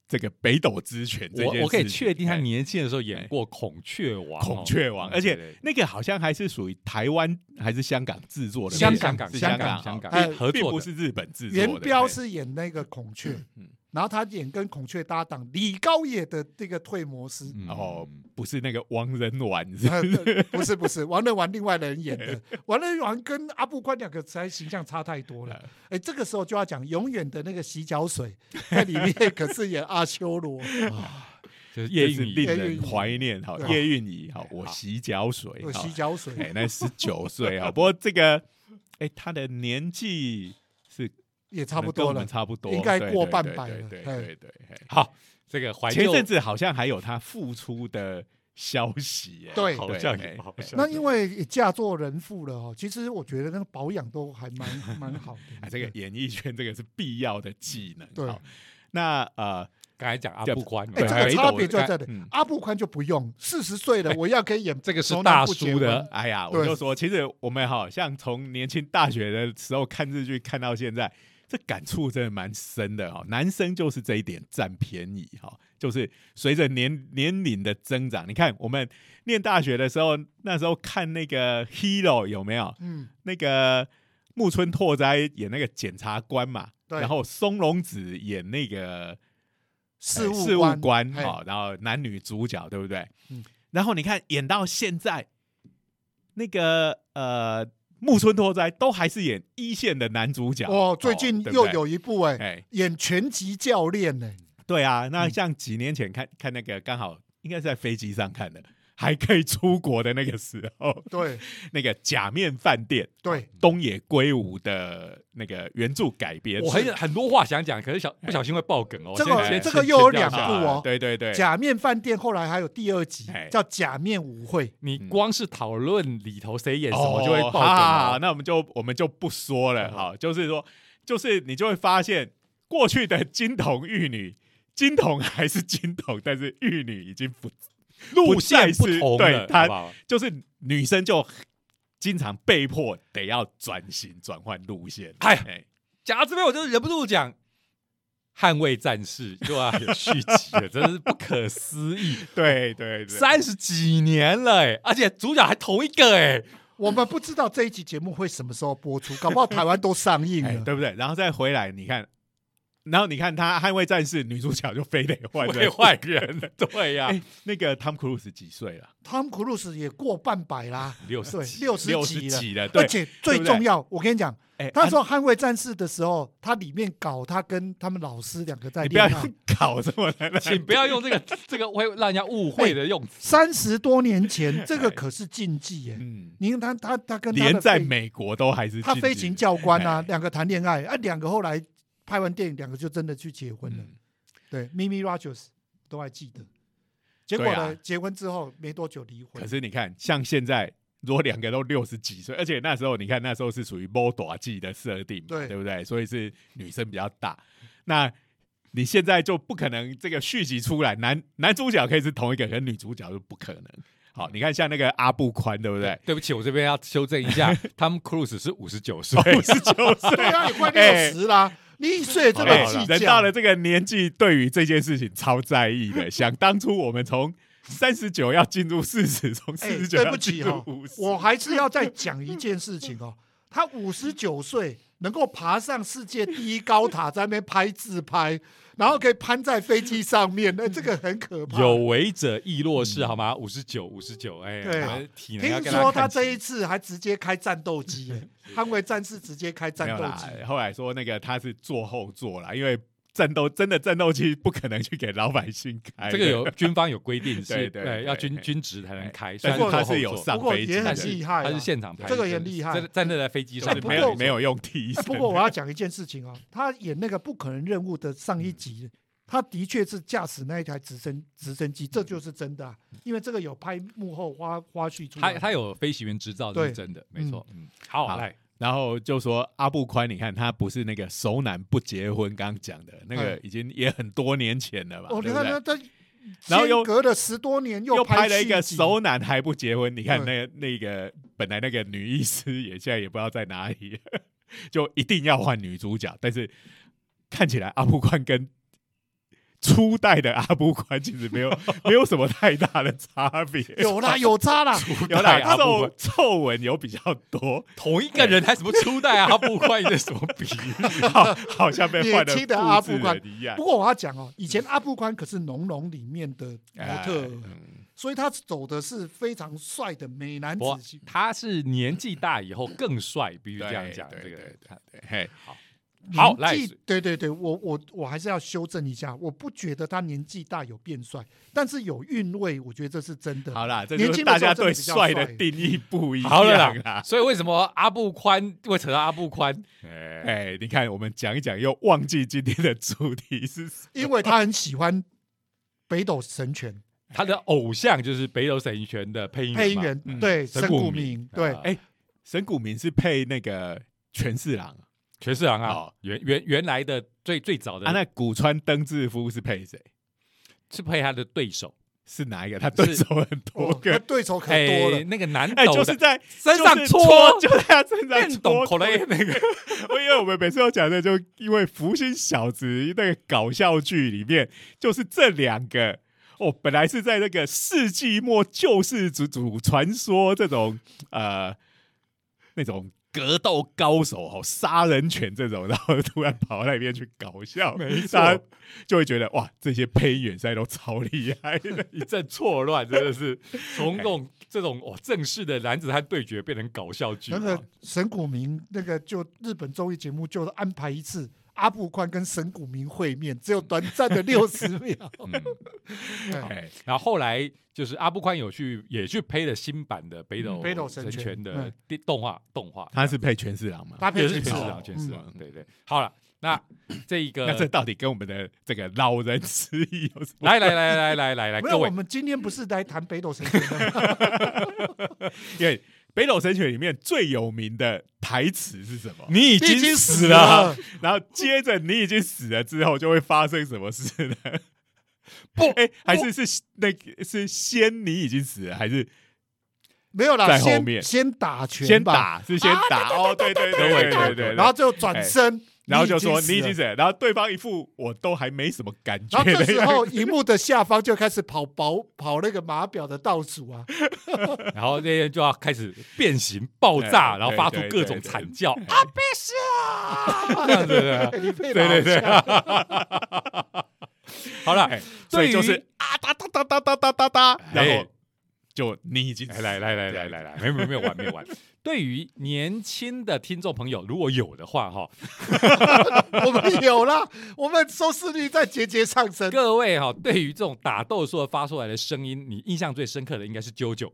Speaker 1: 这个北斗之拳 这件事情？
Speaker 2: 我我可以确定他
Speaker 1: 哎
Speaker 2: 年轻的时候演过《孔雀王》哦，
Speaker 1: 孔雀王，
Speaker 2: 嗯
Speaker 1: 而且
Speaker 2: 对
Speaker 1: 那个好像还是属于台湾还是香港制作的，
Speaker 2: 香
Speaker 1: 是
Speaker 2: 港
Speaker 1: 是
Speaker 2: 香
Speaker 1: 香
Speaker 2: 港
Speaker 1: 香
Speaker 2: 香港啊
Speaker 1: 并
Speaker 2: 合作的
Speaker 1: 并不是日本制作的。
Speaker 3: 元彪
Speaker 1: 对
Speaker 3: 是演那个孔雀，
Speaker 1: 嗯
Speaker 3: 然后他演跟孔雀搭档李高野的这个退魔师。
Speaker 2: 嗯
Speaker 1: 哦，不是那个王仁丸，是
Speaker 3: 呃不是不是，王仁丸另外的人 演的，王仁丸跟阿布宽两个才形象差太 多
Speaker 1: 啊
Speaker 3: 了。哎，这个时候就要讲永远的那个洗脚水 在里面，可是演阿 修罗，
Speaker 2: 就是
Speaker 1: 这
Speaker 2: 叶
Speaker 1: 是令
Speaker 2: 蕴仪
Speaker 3: 叶
Speaker 1: 人
Speaker 3: 蕴仪
Speaker 1: 怀念哈
Speaker 3: 对。啊
Speaker 1: 叶蕴仪哈，我洗脚水
Speaker 3: 有，
Speaker 1: 哈
Speaker 3: 洗 脚
Speaker 1: 哎
Speaker 3: 水，
Speaker 1: 那十九岁哈，不过这个哎，他的年纪是
Speaker 3: 也差不
Speaker 1: 可能跟我
Speaker 3: 多
Speaker 1: 们
Speaker 3: 了。
Speaker 1: 差不多，
Speaker 3: 应该
Speaker 1: 对
Speaker 3: 过
Speaker 1: 对
Speaker 3: 半
Speaker 1: 对
Speaker 3: 百
Speaker 1: 对
Speaker 3: 了
Speaker 1: 对
Speaker 3: 哎
Speaker 1: 对对。嘿
Speaker 2: 好，这个怀
Speaker 1: 前
Speaker 2: 旧
Speaker 1: 阵子好像还有他复出的消息，哎
Speaker 3: 对
Speaker 2: 好像
Speaker 1: 哎
Speaker 2: 有好
Speaker 1: 哎
Speaker 2: 像
Speaker 3: 那因为也嫁做人妇了哦，其实我觉得那个保养都还蛮蛮好
Speaker 1: 啊，
Speaker 3: 的。
Speaker 1: 这个演艺圈这个是必要的技能。
Speaker 3: 对
Speaker 1: 好，那呃，
Speaker 2: 刚才讲阿
Speaker 1: 对
Speaker 2: 布宽嘛，
Speaker 3: 哎，
Speaker 1: 对
Speaker 3: 这
Speaker 1: 北
Speaker 3: 个
Speaker 1: 斗
Speaker 3: 差别就在
Speaker 2: 刚
Speaker 3: 这里
Speaker 1: 嗯。
Speaker 3: 阿布宽就不用，四十岁了，我一样可以演
Speaker 2: 这个是
Speaker 3: 熟男
Speaker 2: 大
Speaker 3: 不结
Speaker 2: 叔的
Speaker 3: 婚
Speaker 1: 哎呀，
Speaker 3: 对
Speaker 1: 我就说，其实我们好像从年轻大学的时候看日剧看到现在，这感触真的蛮深的哦。男生就是这一点占便宜哈、哦，就是随着年年龄的增长，你看我们念大学的时候，那时候看那个 Hero 有没有？
Speaker 3: 嗯，
Speaker 1: 那个木村拓哉演那个检察官嘛，
Speaker 3: 对
Speaker 1: 然后松隆子演那个
Speaker 3: 事
Speaker 1: 呃
Speaker 3: 务
Speaker 1: 事务官
Speaker 3: 嘿
Speaker 1: 好、然后男女主角对不对？
Speaker 3: 嗯
Speaker 1: 然后你看演到现在，那个呃木村拓哉都还是演一线的男主角
Speaker 3: 哦，最近
Speaker 1: 对不
Speaker 3: 又
Speaker 1: 对
Speaker 3: 有一部哎、
Speaker 1: 哎
Speaker 3: 演拳击教 练呢、嗯
Speaker 1: 对啊，那像几年前看看那个刚好应该是在飞机上看的。还可以出国的那个时候，
Speaker 3: 对
Speaker 1: 那个假面饭店
Speaker 3: 对，
Speaker 1: 东野圭吾的那个原著改编，啊
Speaker 2: 我很很多话想讲，可是小不小心会爆梗哦。
Speaker 3: 这个
Speaker 2: 先先
Speaker 3: 这个
Speaker 2: 先
Speaker 3: 又
Speaker 2: 剪掉
Speaker 3: 有两
Speaker 2: 一下
Speaker 3: 部
Speaker 1: 啊
Speaker 3: 哦
Speaker 1: 对对对，
Speaker 3: 假面饭店后来还有第二集
Speaker 1: 哎
Speaker 3: 叫假面舞会，
Speaker 2: 你
Speaker 1: 嗯
Speaker 2: 光是讨论里头谁演什么
Speaker 1: 哦
Speaker 2: 就会爆梗
Speaker 1: 好好好
Speaker 2: 哦。
Speaker 1: 那我们就我们就不说了，好，就是说，就是你就会发现，过去的金童玉女，金童还是金童，但是玉女已经不
Speaker 2: 哦路线
Speaker 1: 不
Speaker 2: 不
Speaker 1: 再是
Speaker 2: 同
Speaker 1: 对
Speaker 2: 了，好不
Speaker 1: 她
Speaker 2: 好？
Speaker 1: 就是女生就经常被迫得要转型转换路线。
Speaker 2: 哎
Speaker 1: 哎，
Speaker 2: 讲到这边，我就是忍不住讲。捍卫战士对吧、有续集了，真是不可思 议！
Speaker 1: 对对对，
Speaker 2: 三十几年了、哎，而且主角还同一个、哎，
Speaker 3: 我们不知道这一集节目会什么时候播出，搞不好台湾都上映
Speaker 1: 哎
Speaker 3: 了。
Speaker 1: 对不对？然后再回来，你看。然后你看他《捍卫战士》女主角就非得换
Speaker 2: 会
Speaker 1: 人，
Speaker 2: 坏人， 对呀、
Speaker 1: 哎，那个汤姆·克鲁斯几岁了？
Speaker 3: 汤姆·克鲁斯也过半百啦，
Speaker 2: 六十
Speaker 3: 对，
Speaker 2: 几
Speaker 3: 六十
Speaker 1: 六十
Speaker 3: 几了。
Speaker 1: 几了，对
Speaker 3: 而且
Speaker 1: 对
Speaker 3: 最
Speaker 1: 不对
Speaker 3: 重要，我跟你讲，
Speaker 1: 哎
Speaker 3: 他说《捍卫战士》的时候，他里面搞他跟他们老师两个在
Speaker 1: 哎你不要
Speaker 3: 恋爱
Speaker 1: 用。搞这么来来
Speaker 2: 请哎不要用这个这个会让人家误会的用词。
Speaker 3: 三十多年前，这个可是禁忌耶。
Speaker 1: 哎嗯，
Speaker 3: 你看他他他跟他的
Speaker 1: 连在
Speaker 3: 飞
Speaker 1: 美国都还是
Speaker 3: 他
Speaker 1: 禁
Speaker 3: 飞
Speaker 1: 止
Speaker 3: 行教官啊
Speaker 1: 哎，
Speaker 3: 两个谈恋爱啊，两个后来拍完电影，两个就真的去结婚了。
Speaker 1: 嗯
Speaker 3: 对，Mimi Rogers 都还记得。结果
Speaker 1: 对
Speaker 3: 呢，
Speaker 1: 啊
Speaker 3: 结婚之后没多久离婚
Speaker 1: 可。是你看，像现在如果两个都六十几岁，而且那时候你看那时候是属于 m o d 季的设定嘛，
Speaker 3: 对
Speaker 1: 对不对？所以是女生比较大。那你现在就不可能这个续集出来，男男主角可以是同一个，跟女主角就不可能。好，你看像那个阿布宽，对不对？
Speaker 2: 对不起，我这边要修正一下，Tom Cruise 是五十九岁，
Speaker 3: 哦
Speaker 1: 五十九岁，
Speaker 3: 对啊，你快
Speaker 1: 哎
Speaker 3: 六十啦，你一岁这
Speaker 2: 好
Speaker 3: 么
Speaker 2: 了好
Speaker 3: 计
Speaker 1: 人
Speaker 3: 较
Speaker 1: 到，了这个年纪，对于这件事情超在意的。想当初我们从三十九要进入四十，从
Speaker 3: 哎
Speaker 1: 四十九
Speaker 3: 对
Speaker 1: 要
Speaker 3: 不
Speaker 1: 进
Speaker 3: 起
Speaker 1: 入
Speaker 3: 哦
Speaker 1: 五，十、
Speaker 3: 我还是要再讲一件事情 哦。他五十九岁，能够爬上世界第一高塔，在那边拍自拍，然后可以攀在飞机上面，那这个很可 怕。
Speaker 2: 有为者亦若是，好吗？五十九，五十九，哎，
Speaker 3: 对
Speaker 2: 我们体能要
Speaker 3: 听
Speaker 2: 跟
Speaker 3: 说
Speaker 2: 他
Speaker 3: 他
Speaker 2: 看齐
Speaker 3: 这一次还直接开战斗机耶，捍卫战士直接开战
Speaker 1: 没有
Speaker 3: 斗
Speaker 1: 啦
Speaker 3: 机。。哎
Speaker 1: 后来说那个他是坐后座啦，因为战斗真的战斗机不可能去给老百姓开的。
Speaker 2: 这个有军方有规定
Speaker 1: 对
Speaker 2: 是，
Speaker 1: 对
Speaker 2: 对，
Speaker 1: 对
Speaker 2: 要军
Speaker 1: 对
Speaker 2: 军职才能开，虽
Speaker 1: 但
Speaker 2: 然
Speaker 1: 是
Speaker 2: 坐
Speaker 1: 他
Speaker 2: 后
Speaker 1: 是有
Speaker 2: 座
Speaker 1: 上
Speaker 3: 不过
Speaker 1: 飞机
Speaker 3: 也
Speaker 1: 的，
Speaker 3: 很
Speaker 2: 但
Speaker 3: 厉
Speaker 2: 是
Speaker 3: 害啊
Speaker 2: 他是现场拍的，
Speaker 3: 这个也厉害
Speaker 2: 真的站在飞机
Speaker 1: 就
Speaker 2: 上
Speaker 1: 是
Speaker 3: 哎，
Speaker 1: 没
Speaker 3: 不
Speaker 1: 有
Speaker 3: 过
Speaker 1: 没有用替身。
Speaker 3: 哎不过我要讲一件事情啊，他演那个不可能任务的上一
Speaker 2: 嗯
Speaker 3: 集，他的确是驾驶那一台直升直升机，这就是真的、啊，因为这个有拍幕后花花絮出
Speaker 2: 嗯他
Speaker 3: 来。
Speaker 2: 他有飞行员执照，这是
Speaker 3: 对
Speaker 2: 真的，
Speaker 3: 嗯
Speaker 2: 没错。嗯，好，
Speaker 1: 好
Speaker 2: 来，
Speaker 1: 然后就说阿布宽，你看他不是那个熟男不结婚，刚刚讲的那个
Speaker 3: 哎
Speaker 1: 已经也很多年前了吧？
Speaker 3: 哦，你
Speaker 1: 对不
Speaker 3: 看
Speaker 1: 对
Speaker 3: 他他，
Speaker 1: 然后又
Speaker 3: 隔了十多年
Speaker 1: 又
Speaker 3: 拍
Speaker 1: 拍了一个
Speaker 3: 续集
Speaker 1: 熟男还不结婚，你看那个那个本来那个女医师也现在也不知道在哪里， 就一定要换女主角，但是看起来阿布宽跟初代的阿布宽其实没 有没有什么太大的差别，
Speaker 3: 有啦哎有渣啦，
Speaker 1: 有啦
Speaker 2: 初代阿布
Speaker 1: 臭
Speaker 2: 宽
Speaker 1: 臭闻有比较多，
Speaker 2: 啊 同一个人还什么初代啊？他不快的什么比喻？
Speaker 1: 好好像被 换了
Speaker 3: 年轻的阿布
Speaker 1: 复制
Speaker 3: 宽
Speaker 1: 人一样
Speaker 3: 不。过我要讲哦，以前阿布宽可是浓浓里面的模特儿，
Speaker 1: 嗯哎
Speaker 3: 所以他走的是非常帅的美男子
Speaker 2: 不
Speaker 3: 型，
Speaker 2: 他是年纪大以后更帅，必须
Speaker 1: 对
Speaker 2: 这样讲。
Speaker 1: 对
Speaker 2: 这
Speaker 1: 对
Speaker 2: 个
Speaker 1: 对嘿，
Speaker 2: 好
Speaker 3: 年
Speaker 2: 来
Speaker 3: 纪，对对对，我我我还是要修正一下，我不觉得他年纪大有变帅，但是有韵味，我觉得这是真的。
Speaker 1: 好啦，这
Speaker 3: 年
Speaker 1: 就是
Speaker 3: 轻
Speaker 1: 大
Speaker 3: 的时
Speaker 1: 家
Speaker 3: 候真
Speaker 1: 对
Speaker 3: 的比较帅
Speaker 1: 帅的定义不一样啊
Speaker 2: 好了 啦。所以为什么阿布宽会扯到阿布宽？哎，
Speaker 1: 哎，你看，我们讲一讲，又忘记今天的主题是什么。
Speaker 3: 因为他很喜欢北斗神拳
Speaker 1: 嗯
Speaker 2: 他的偶像就是北斗神拳的配音
Speaker 3: 配音
Speaker 2: 嘛
Speaker 3: 员，
Speaker 1: 嗯
Speaker 3: 对
Speaker 2: 神
Speaker 3: 神
Speaker 2: 谷
Speaker 3: 谷
Speaker 2: 明
Speaker 3: 明，对
Speaker 2: 啊
Speaker 1: 哎神谷明是配那个权四郎啊，
Speaker 2: 权四郎啊
Speaker 1: 好，
Speaker 2: 原原原来的最最早的
Speaker 1: 啊那古川登志夫是配谁？
Speaker 2: 是配他的对手，
Speaker 1: 是哪一个？他对手很多
Speaker 3: 哦，他
Speaker 1: 个，
Speaker 3: 对手可多
Speaker 2: 哎，
Speaker 3: 了。
Speaker 2: 那个南
Speaker 1: 哎，
Speaker 2: 斗
Speaker 1: 就是
Speaker 2: 的
Speaker 1: 在
Speaker 2: 身上
Speaker 1: 就是
Speaker 2: 戳
Speaker 1: 戳，就在他身上
Speaker 2: 电
Speaker 1: 戳
Speaker 2: 动。口雷那个，
Speaker 1: 我因为我们每次都讲的，就因为《福星小子》那个搞笑剧里面，就是这两个哦，本来是在那个世纪末救世主主传说这种呃那种格斗高手哦，杀人犬这种，然后突然跑到那边去搞笑，
Speaker 2: 没错
Speaker 1: 大家就会觉得哇，这些配音员现在都超厉害的
Speaker 2: 一阵错乱，真的是从这种这种哦正式的男子汉对决变成搞笑剧
Speaker 3: 那
Speaker 2: 啊。
Speaker 3: 个神谷明，那个就日本综艺节目就安排一次，阿布宽跟神谷明会面，只有短暂的 六十秒。
Speaker 2: 嗯，
Speaker 3: 对
Speaker 1: 哎
Speaker 2: 然后后来就是阿布宽有去也去配了新版的北斗
Speaker 3: 嗯北斗神
Speaker 2: 神
Speaker 3: 拳
Speaker 2: 拳的
Speaker 3: 嗯
Speaker 2: 电动画动画，
Speaker 1: 他是配全四郎嘛？
Speaker 3: 搭配
Speaker 2: 也是
Speaker 3: 全
Speaker 2: 全
Speaker 3: 场
Speaker 2: 市长，全市长
Speaker 1: 嗯，
Speaker 2: 对对。好了，嗯那这一个
Speaker 1: 那这到底跟我们的这个老人失忆有什么？
Speaker 2: 来来来来来来 来，
Speaker 3: 没
Speaker 2: 各
Speaker 3: 有，我
Speaker 2: 位，
Speaker 3: 们今天不是来谈北斗神 拳的吗，
Speaker 1: 因为《北斗神拳》里面最有名的台词是什么？
Speaker 2: 你已
Speaker 3: 你
Speaker 2: 经死了，
Speaker 3: 了，
Speaker 1: 然后接着你已经死了之后，就会发生什么事呢？不， 哎、还是是那个是先你已经死了，还是
Speaker 3: 没有啦，
Speaker 1: 在后
Speaker 3: 先
Speaker 1: 面
Speaker 3: 先打拳，
Speaker 1: 先，打？是先
Speaker 3: 啊
Speaker 1: 打？哦，对对对对对对。
Speaker 3: 然后最后转身，
Speaker 1: 然后就
Speaker 3: 已经
Speaker 1: 说
Speaker 3: 死
Speaker 1: 你已经
Speaker 3: 了
Speaker 1: 死了，然后对方一副我都还没什么感觉
Speaker 3: 然后这
Speaker 1: 的
Speaker 3: 时
Speaker 1: 样
Speaker 3: 候，荧幕的下方就开始跑跑跑那个码表的倒 数啊，
Speaker 2: 然后那些就要开始变形爆炸，哎
Speaker 1: 对
Speaker 2: 然后发出
Speaker 1: 对对
Speaker 2: 各种
Speaker 1: 对
Speaker 2: 惨叫，
Speaker 3: 啊，别死 啊！
Speaker 2: 这样子的。
Speaker 3: 对对
Speaker 2: 对对对，好了，
Speaker 1: 哎所以就是啊哒哒哒哒哒哒哒哒，然
Speaker 2: 哎
Speaker 1: 后就你已经死
Speaker 2: 来
Speaker 1: 哎了
Speaker 2: 哎来来来来来来，没有没有没有完没有完。 对于年轻的听众朋友，如果有的话哈，
Speaker 3: 我们有了，我们收视率在节节上升。
Speaker 2: 各位哈，对于这种打斗时候发出来的声音，你印象最深刻的应该是啾啾，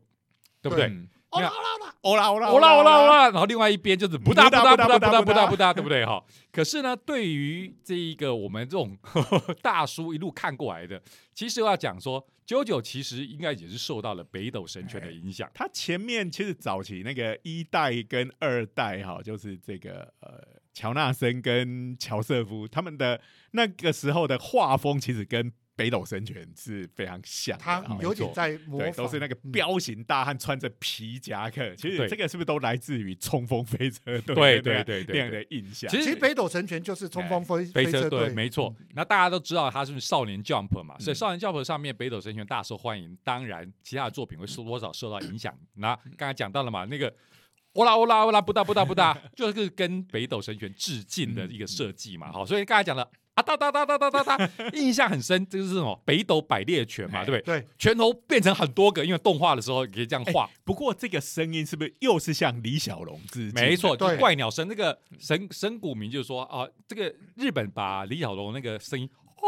Speaker 2: 对不对？
Speaker 1: 嗯
Speaker 3: 哦
Speaker 2: 你看
Speaker 3: 啦啦啦，
Speaker 1: 欧啦欧啦
Speaker 2: 欧啦欧啦欧，啦，然后另外一边就是不大不
Speaker 1: 不大
Speaker 2: 大不
Speaker 1: 不
Speaker 2: 大不
Speaker 1: 大
Speaker 2: 大不
Speaker 1: 不
Speaker 2: 大
Speaker 1: 大
Speaker 2: 不大，对不对哈？可是呢，对于这一个我们这种 大叔一路看过来的，其实我要讲说，九九其实应该也是受到了北斗神拳的影响。
Speaker 1: 他前面其实早期那个一代跟二代哈，就是这个呃乔纳森跟乔瑟夫他们的那个时候的画风，其实跟北斗神拳是非常像的
Speaker 3: 他
Speaker 1: 哈，
Speaker 3: 有点在模
Speaker 1: 啊对，
Speaker 3: 仿，
Speaker 1: 都是那个彪形大汉穿着皮夹克。其
Speaker 2: 对
Speaker 1: 实这个是不是都来自于冲锋飞车队？
Speaker 2: 对
Speaker 1: 对
Speaker 2: 对对对
Speaker 1: 那样的印象。
Speaker 2: 其
Speaker 3: 其实北斗神拳就是冲
Speaker 1: 哎
Speaker 3: 锋飞
Speaker 2: 飞车
Speaker 3: 车
Speaker 2: 队
Speaker 3: 队，
Speaker 2: 没错，那大家都知道他是少年 Jump 嘛，所
Speaker 1: 嗯
Speaker 2: 以少年 Jump 上面北斗神拳大受欢迎，当然其他的作品会受多少受到影响。那刚才讲到了嘛，那个欧啦欧啦欧啦不大不大不大，就是跟北斗神拳致敬的一个设计嘛。好，所以刚才讲了啊哒哒哒哒哒哒哒，印象很深，这个是什么北斗百裂拳嘛，
Speaker 1: 哎
Speaker 2: 对不对？
Speaker 3: 对，
Speaker 2: 拳头变成很多个，因为动画的时候也可以这样画。
Speaker 1: 不过这个声音是不是又是向李小龙致敬？
Speaker 2: 没，错，就是
Speaker 3: 对
Speaker 2: 怪鸟声。那个神神谷明就说啊，这个日本把李小龙那个声音，哦，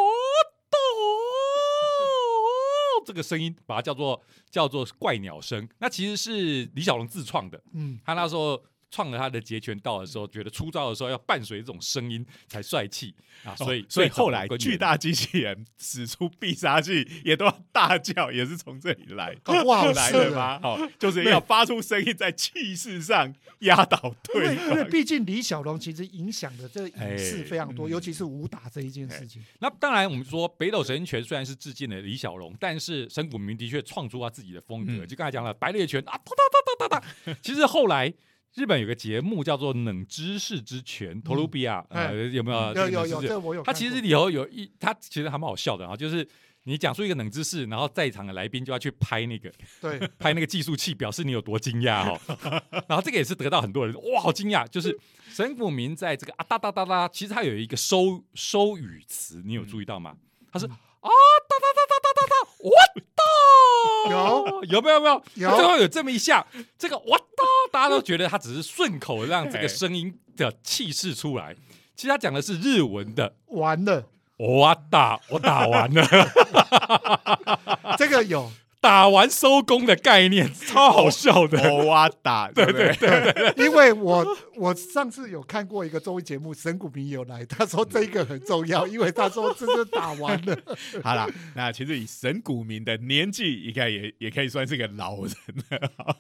Speaker 2: 咚，这个声音把它叫做叫做怪鸟声。那其实是李小龙自创的，
Speaker 3: 嗯，
Speaker 2: 他那时候。创了他的截拳道的时候，觉得出招的时候要伴随这种声音才帅气啊，所以、
Speaker 1: 哦所以
Speaker 2: 最早
Speaker 1: 后
Speaker 2: 的
Speaker 1: 来
Speaker 2: 根源
Speaker 1: 巨大机器 人使出必杀技，也都要大叫，也是从这里来。
Speaker 2: 哦
Speaker 3: 搞 不好
Speaker 1: 来
Speaker 3: 是
Speaker 1: 的
Speaker 3: 啊
Speaker 1: 吗？哦，就是要发出声音，在气势上压倒
Speaker 3: 因为
Speaker 1: 对
Speaker 3: 因为
Speaker 1: 方。
Speaker 3: 毕竟李小龙其实影响的这个
Speaker 2: 哎
Speaker 3: 影视非常多，
Speaker 1: 嗯
Speaker 3: 尤其是武打这一件事情。
Speaker 2: 那当然，我们说北斗神拳虽然是致敬了李小龙，但是神谷明的确创出他自己的风格。
Speaker 1: 嗯
Speaker 2: 就刚才讲了，白猎拳啊，哒哒哒哒哒哒。其实后来日本有个节目叫做《冷知识之拳》，头卢比亚呃有没有？这个冷
Speaker 3: 有有
Speaker 2: 知
Speaker 3: 有，
Speaker 2: 识
Speaker 3: 这个我有
Speaker 2: 他
Speaker 3: 看过。
Speaker 2: 其实里头有一，他其实还蛮好笑的啊，就是你讲述一个冷知识，然后在场的来宾就要去拍那个
Speaker 3: 对，
Speaker 2: 拍那个计数器，表示你有多惊讶 哦。然后这个也是得到很多人哇，好惊讶！就是神谷明在这个啊哒哒哒哒，其实他有一个收收语词，你有注意到吗？他是啊哒哒哒哒哒哒哒，我到有没有有没有？
Speaker 3: 有
Speaker 2: 他最后有这么一下，这个我到大家都觉得他只是顺口让这个声音的气势出来，其实他讲的是日文的。
Speaker 3: 完了，
Speaker 2: 我打我打完了，
Speaker 3: 这个有，
Speaker 2: 打完收工的概念，超好笑的。
Speaker 1: 哦哇打，对不对
Speaker 3: 因为我我上次有看过一个综艺节目，神谷明有来，他说这个很重要，因为他说这是打完了。
Speaker 1: 好啦，那其实以神谷明的年纪，应该也也可以算是个老 人了。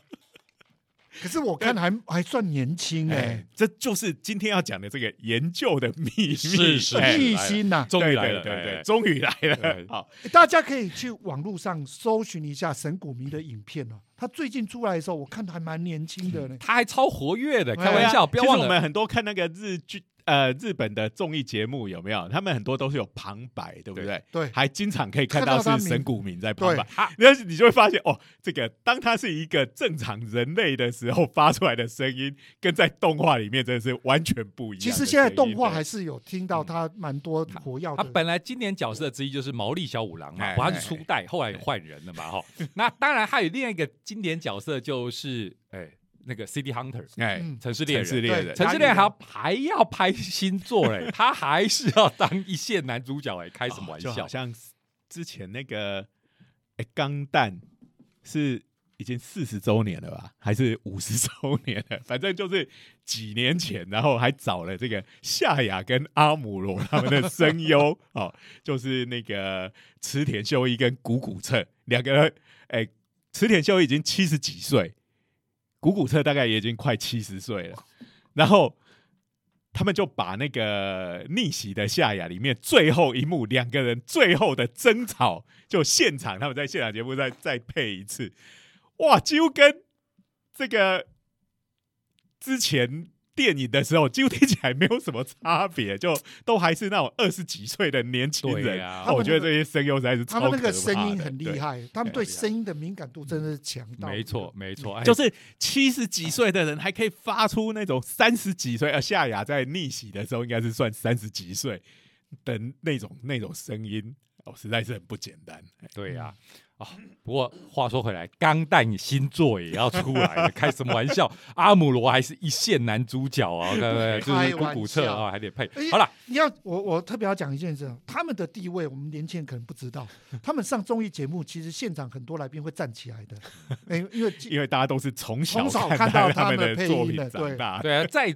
Speaker 3: 可是我看还还算年轻哎
Speaker 1: 哎，，这就是今天要讲的这个研究的秘密。
Speaker 2: 是是
Speaker 1: 哎
Speaker 3: 一心呐，
Speaker 2: 终于来了，
Speaker 1: 对对对
Speaker 2: 哎
Speaker 1: 对，终于来
Speaker 2: 对
Speaker 1: 了。好，
Speaker 3: 大家可以去网络上搜寻一下神谷明的影片哦。他最近出来的时候，我看还蛮年轻的呢。
Speaker 2: 他还超活跃的，
Speaker 3: 对
Speaker 2: 开玩
Speaker 1: 对
Speaker 2: 笑，
Speaker 1: 啊
Speaker 2: 不要忘
Speaker 1: 其实我
Speaker 2: 了。
Speaker 1: 们很多看那个日剧，呃，日本的综艺节目有没有？他们很多都是有旁白，对不对？
Speaker 3: 对
Speaker 1: 还经常可以看
Speaker 3: 看到
Speaker 1: 到
Speaker 3: 他
Speaker 1: 是
Speaker 3: 名
Speaker 1: 神谷明在旁白
Speaker 3: 对。
Speaker 2: 他
Speaker 1: 然后你就会发现哦，这个当他是一个正常人类的时候发出来的声音，跟在动画里面真的是完全不一样的声
Speaker 3: 其
Speaker 1: 音。
Speaker 3: 实现在动画
Speaker 1: 对
Speaker 3: 还是有听到他蛮多火药
Speaker 2: 他
Speaker 3: 的，
Speaker 2: 本来经典角色之一就是毛利小五郎嘛，
Speaker 1: 哎
Speaker 2: 他是初 代，后来换人了嘛，哈。那当然还有另外一个经典角色就是，哎，那个 City Hunter
Speaker 1: 哎，
Speaker 3: 嗯
Speaker 2: 城市猎
Speaker 1: 城市
Speaker 2: 人。
Speaker 1: 猎
Speaker 3: 对
Speaker 1: 人，
Speaker 2: 城市猎人还要还要拍新作嘞，他还是要当一线男主角哎，开什么玩
Speaker 1: 哦就
Speaker 2: 笑
Speaker 1: 好？像之前那个哎，钢弹是已经四十周年了吧，还是五十周年了？ 反正就是几年前，然后还找了这个夏雅跟阿姆罗他们的声优 哦，就是那个池田秀一跟谷谷彻两个人。哎，池田秀一已经七十几岁，谷谷彻大概也已经快七十岁了，然后。他们就把那个逆袭的夏雅里面最后一幕，两个人最后的争吵，就现场他们在现场节目再再配一次，哇，几乎跟这个之前电影的时候，几乎听起来没有什么差别，就都还是那种二十几岁的年轻
Speaker 2: 对
Speaker 1: 人。
Speaker 2: 呀、
Speaker 1: 哦我觉得这些声优实在是超
Speaker 3: 啊他们那个
Speaker 1: 可怕
Speaker 3: 声音
Speaker 1: 的
Speaker 3: 很
Speaker 1: 对
Speaker 3: 厉害，他们
Speaker 1: 对
Speaker 3: 对声音的敏感度真的是强到，
Speaker 2: 没错，没错，哎
Speaker 1: 就是七十几岁的人还可以发出那种三十几岁，呃，夏雅在逆袭的时候应该是算三十几岁的那种那种声音，哦，实在是很不简单。
Speaker 2: 对呀、
Speaker 3: 嗯
Speaker 2: 啊，不过话说回来，钢弹星座也要出来了，开什么玩 笑？阿姆罗还是一线男主角啊，对不对？就是
Speaker 3: 开玩
Speaker 2: 古古彻
Speaker 3: 笑
Speaker 2: 啊，还得配
Speaker 3: 哎。
Speaker 2: 好了，
Speaker 3: 你要我我特别要讲一件事啊，他们的地位我们年轻人可能不知道，他们上综艺节目其实现场很多来宾会站起来的，哎，因为
Speaker 1: 因为大家都是从小
Speaker 3: 从小
Speaker 1: 看
Speaker 3: 看到
Speaker 1: 他
Speaker 3: 他
Speaker 1: 们
Speaker 3: 们
Speaker 1: 的
Speaker 3: 配
Speaker 1: 作
Speaker 3: 音
Speaker 1: 品
Speaker 3: 的
Speaker 1: 长
Speaker 3: 对
Speaker 1: 大，
Speaker 2: 对啊，在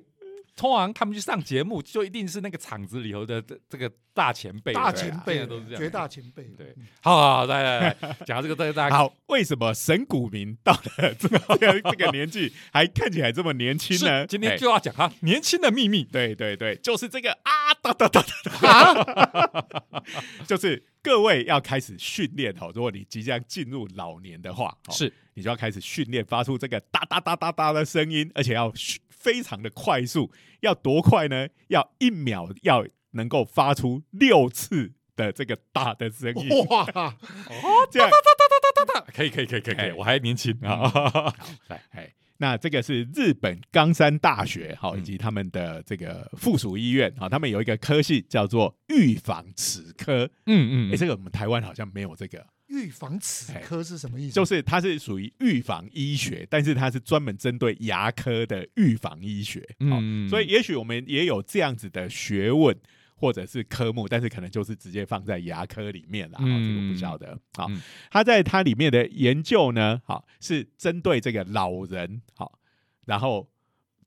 Speaker 2: 通常他们去上节目，就一定是那个场子里头的这这个大前辈，
Speaker 3: 大
Speaker 2: 对啊
Speaker 3: 前
Speaker 2: 现
Speaker 3: 辈
Speaker 2: 在都是这样，
Speaker 3: 绝大前辈，
Speaker 2: 对。好好好，来来来，讲到这个，大家大家
Speaker 1: 好，为什么神谷明到了这个 这个年纪还看起来这么年轻呢
Speaker 2: 是？今天
Speaker 1: 哎
Speaker 2: 就要讲他年轻的秘密。
Speaker 1: 对对对，就是这个啊，哒哒哒哒哒， 就是各位要开始训练哦。如果你即将进入老年的话，哦
Speaker 2: 是
Speaker 1: 你就要开始训练发出这个哒哒哒哒哒的声音，而且要迅非常的快速，要多快呢？要一秒要能够发出六次的这个哒的声音，
Speaker 3: 哇，
Speaker 1: 这样
Speaker 2: 可以可以可以可以可以
Speaker 1: 哎，
Speaker 2: 我还年轻啊！来，
Speaker 1: 哎，那这个是日本冈山大学好，
Speaker 2: 嗯
Speaker 1: 以及他们的这个附属医院好，他们有一个科系叫做预防齿科。
Speaker 2: 嗯
Speaker 1: 哎，这个我们台湾好像没有这个，
Speaker 3: 预防齿科是什么意思？
Speaker 1: 就是它是属于预防医学，但是它是专门针对牙科的预防医学。嗯，
Speaker 2: 嗯
Speaker 1: 所以也许我们也有这样子的学问。或者是科目，但是可能就是直接放在牙科里面啦，
Speaker 2: 嗯
Speaker 1: 哦这个不晓得。好
Speaker 2: 嗯，
Speaker 1: 它在它里面的研究呢，好是针对这个老人，好，然后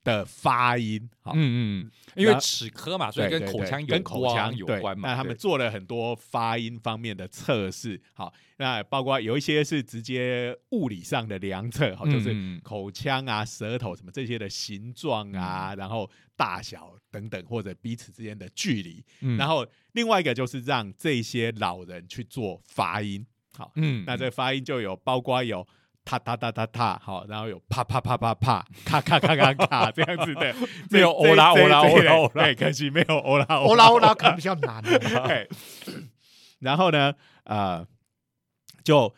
Speaker 1: 的发音，好，
Speaker 2: 嗯嗯，因为齿科嘛，所以
Speaker 1: 对
Speaker 2: 跟
Speaker 1: 对
Speaker 2: 口
Speaker 1: 对
Speaker 2: 腔有
Speaker 1: 跟口
Speaker 2: 关
Speaker 1: 腔
Speaker 2: 有
Speaker 1: 对
Speaker 2: 关嘛。
Speaker 1: 那他们
Speaker 2: 对
Speaker 1: 做了很多发音方面的测试，好，那包括有一些是直接物理上的量测，好，就
Speaker 2: 嗯
Speaker 1: 是口腔啊、舌头什么这些的形状啊，然后大小等等，或者彼此之间的距离。
Speaker 2: 嗯
Speaker 1: 然后另外一个就是让这些老人去做发音，好，
Speaker 2: 嗯
Speaker 1: 那这发音就有包括有。哒哒哒哒哒，好，然后有啪啪啪啪啪，咔咔咔咔 咔这样子的，
Speaker 2: 没有
Speaker 1: 这
Speaker 2: 欧拉
Speaker 1: 这
Speaker 2: 欧拉
Speaker 1: 这
Speaker 2: 欧拉
Speaker 1: 类
Speaker 2: 欧拉
Speaker 1: 对，可惜没有欧 拉
Speaker 3: 欧拉 欧拉哦可能比较难啊，
Speaker 1: 对，然后呢，呃，就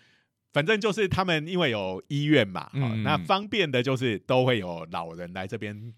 Speaker 1: 反正就是他们因为有医院嘛，哦
Speaker 2: 嗯
Speaker 1: 那方便的就是都会有老人来这边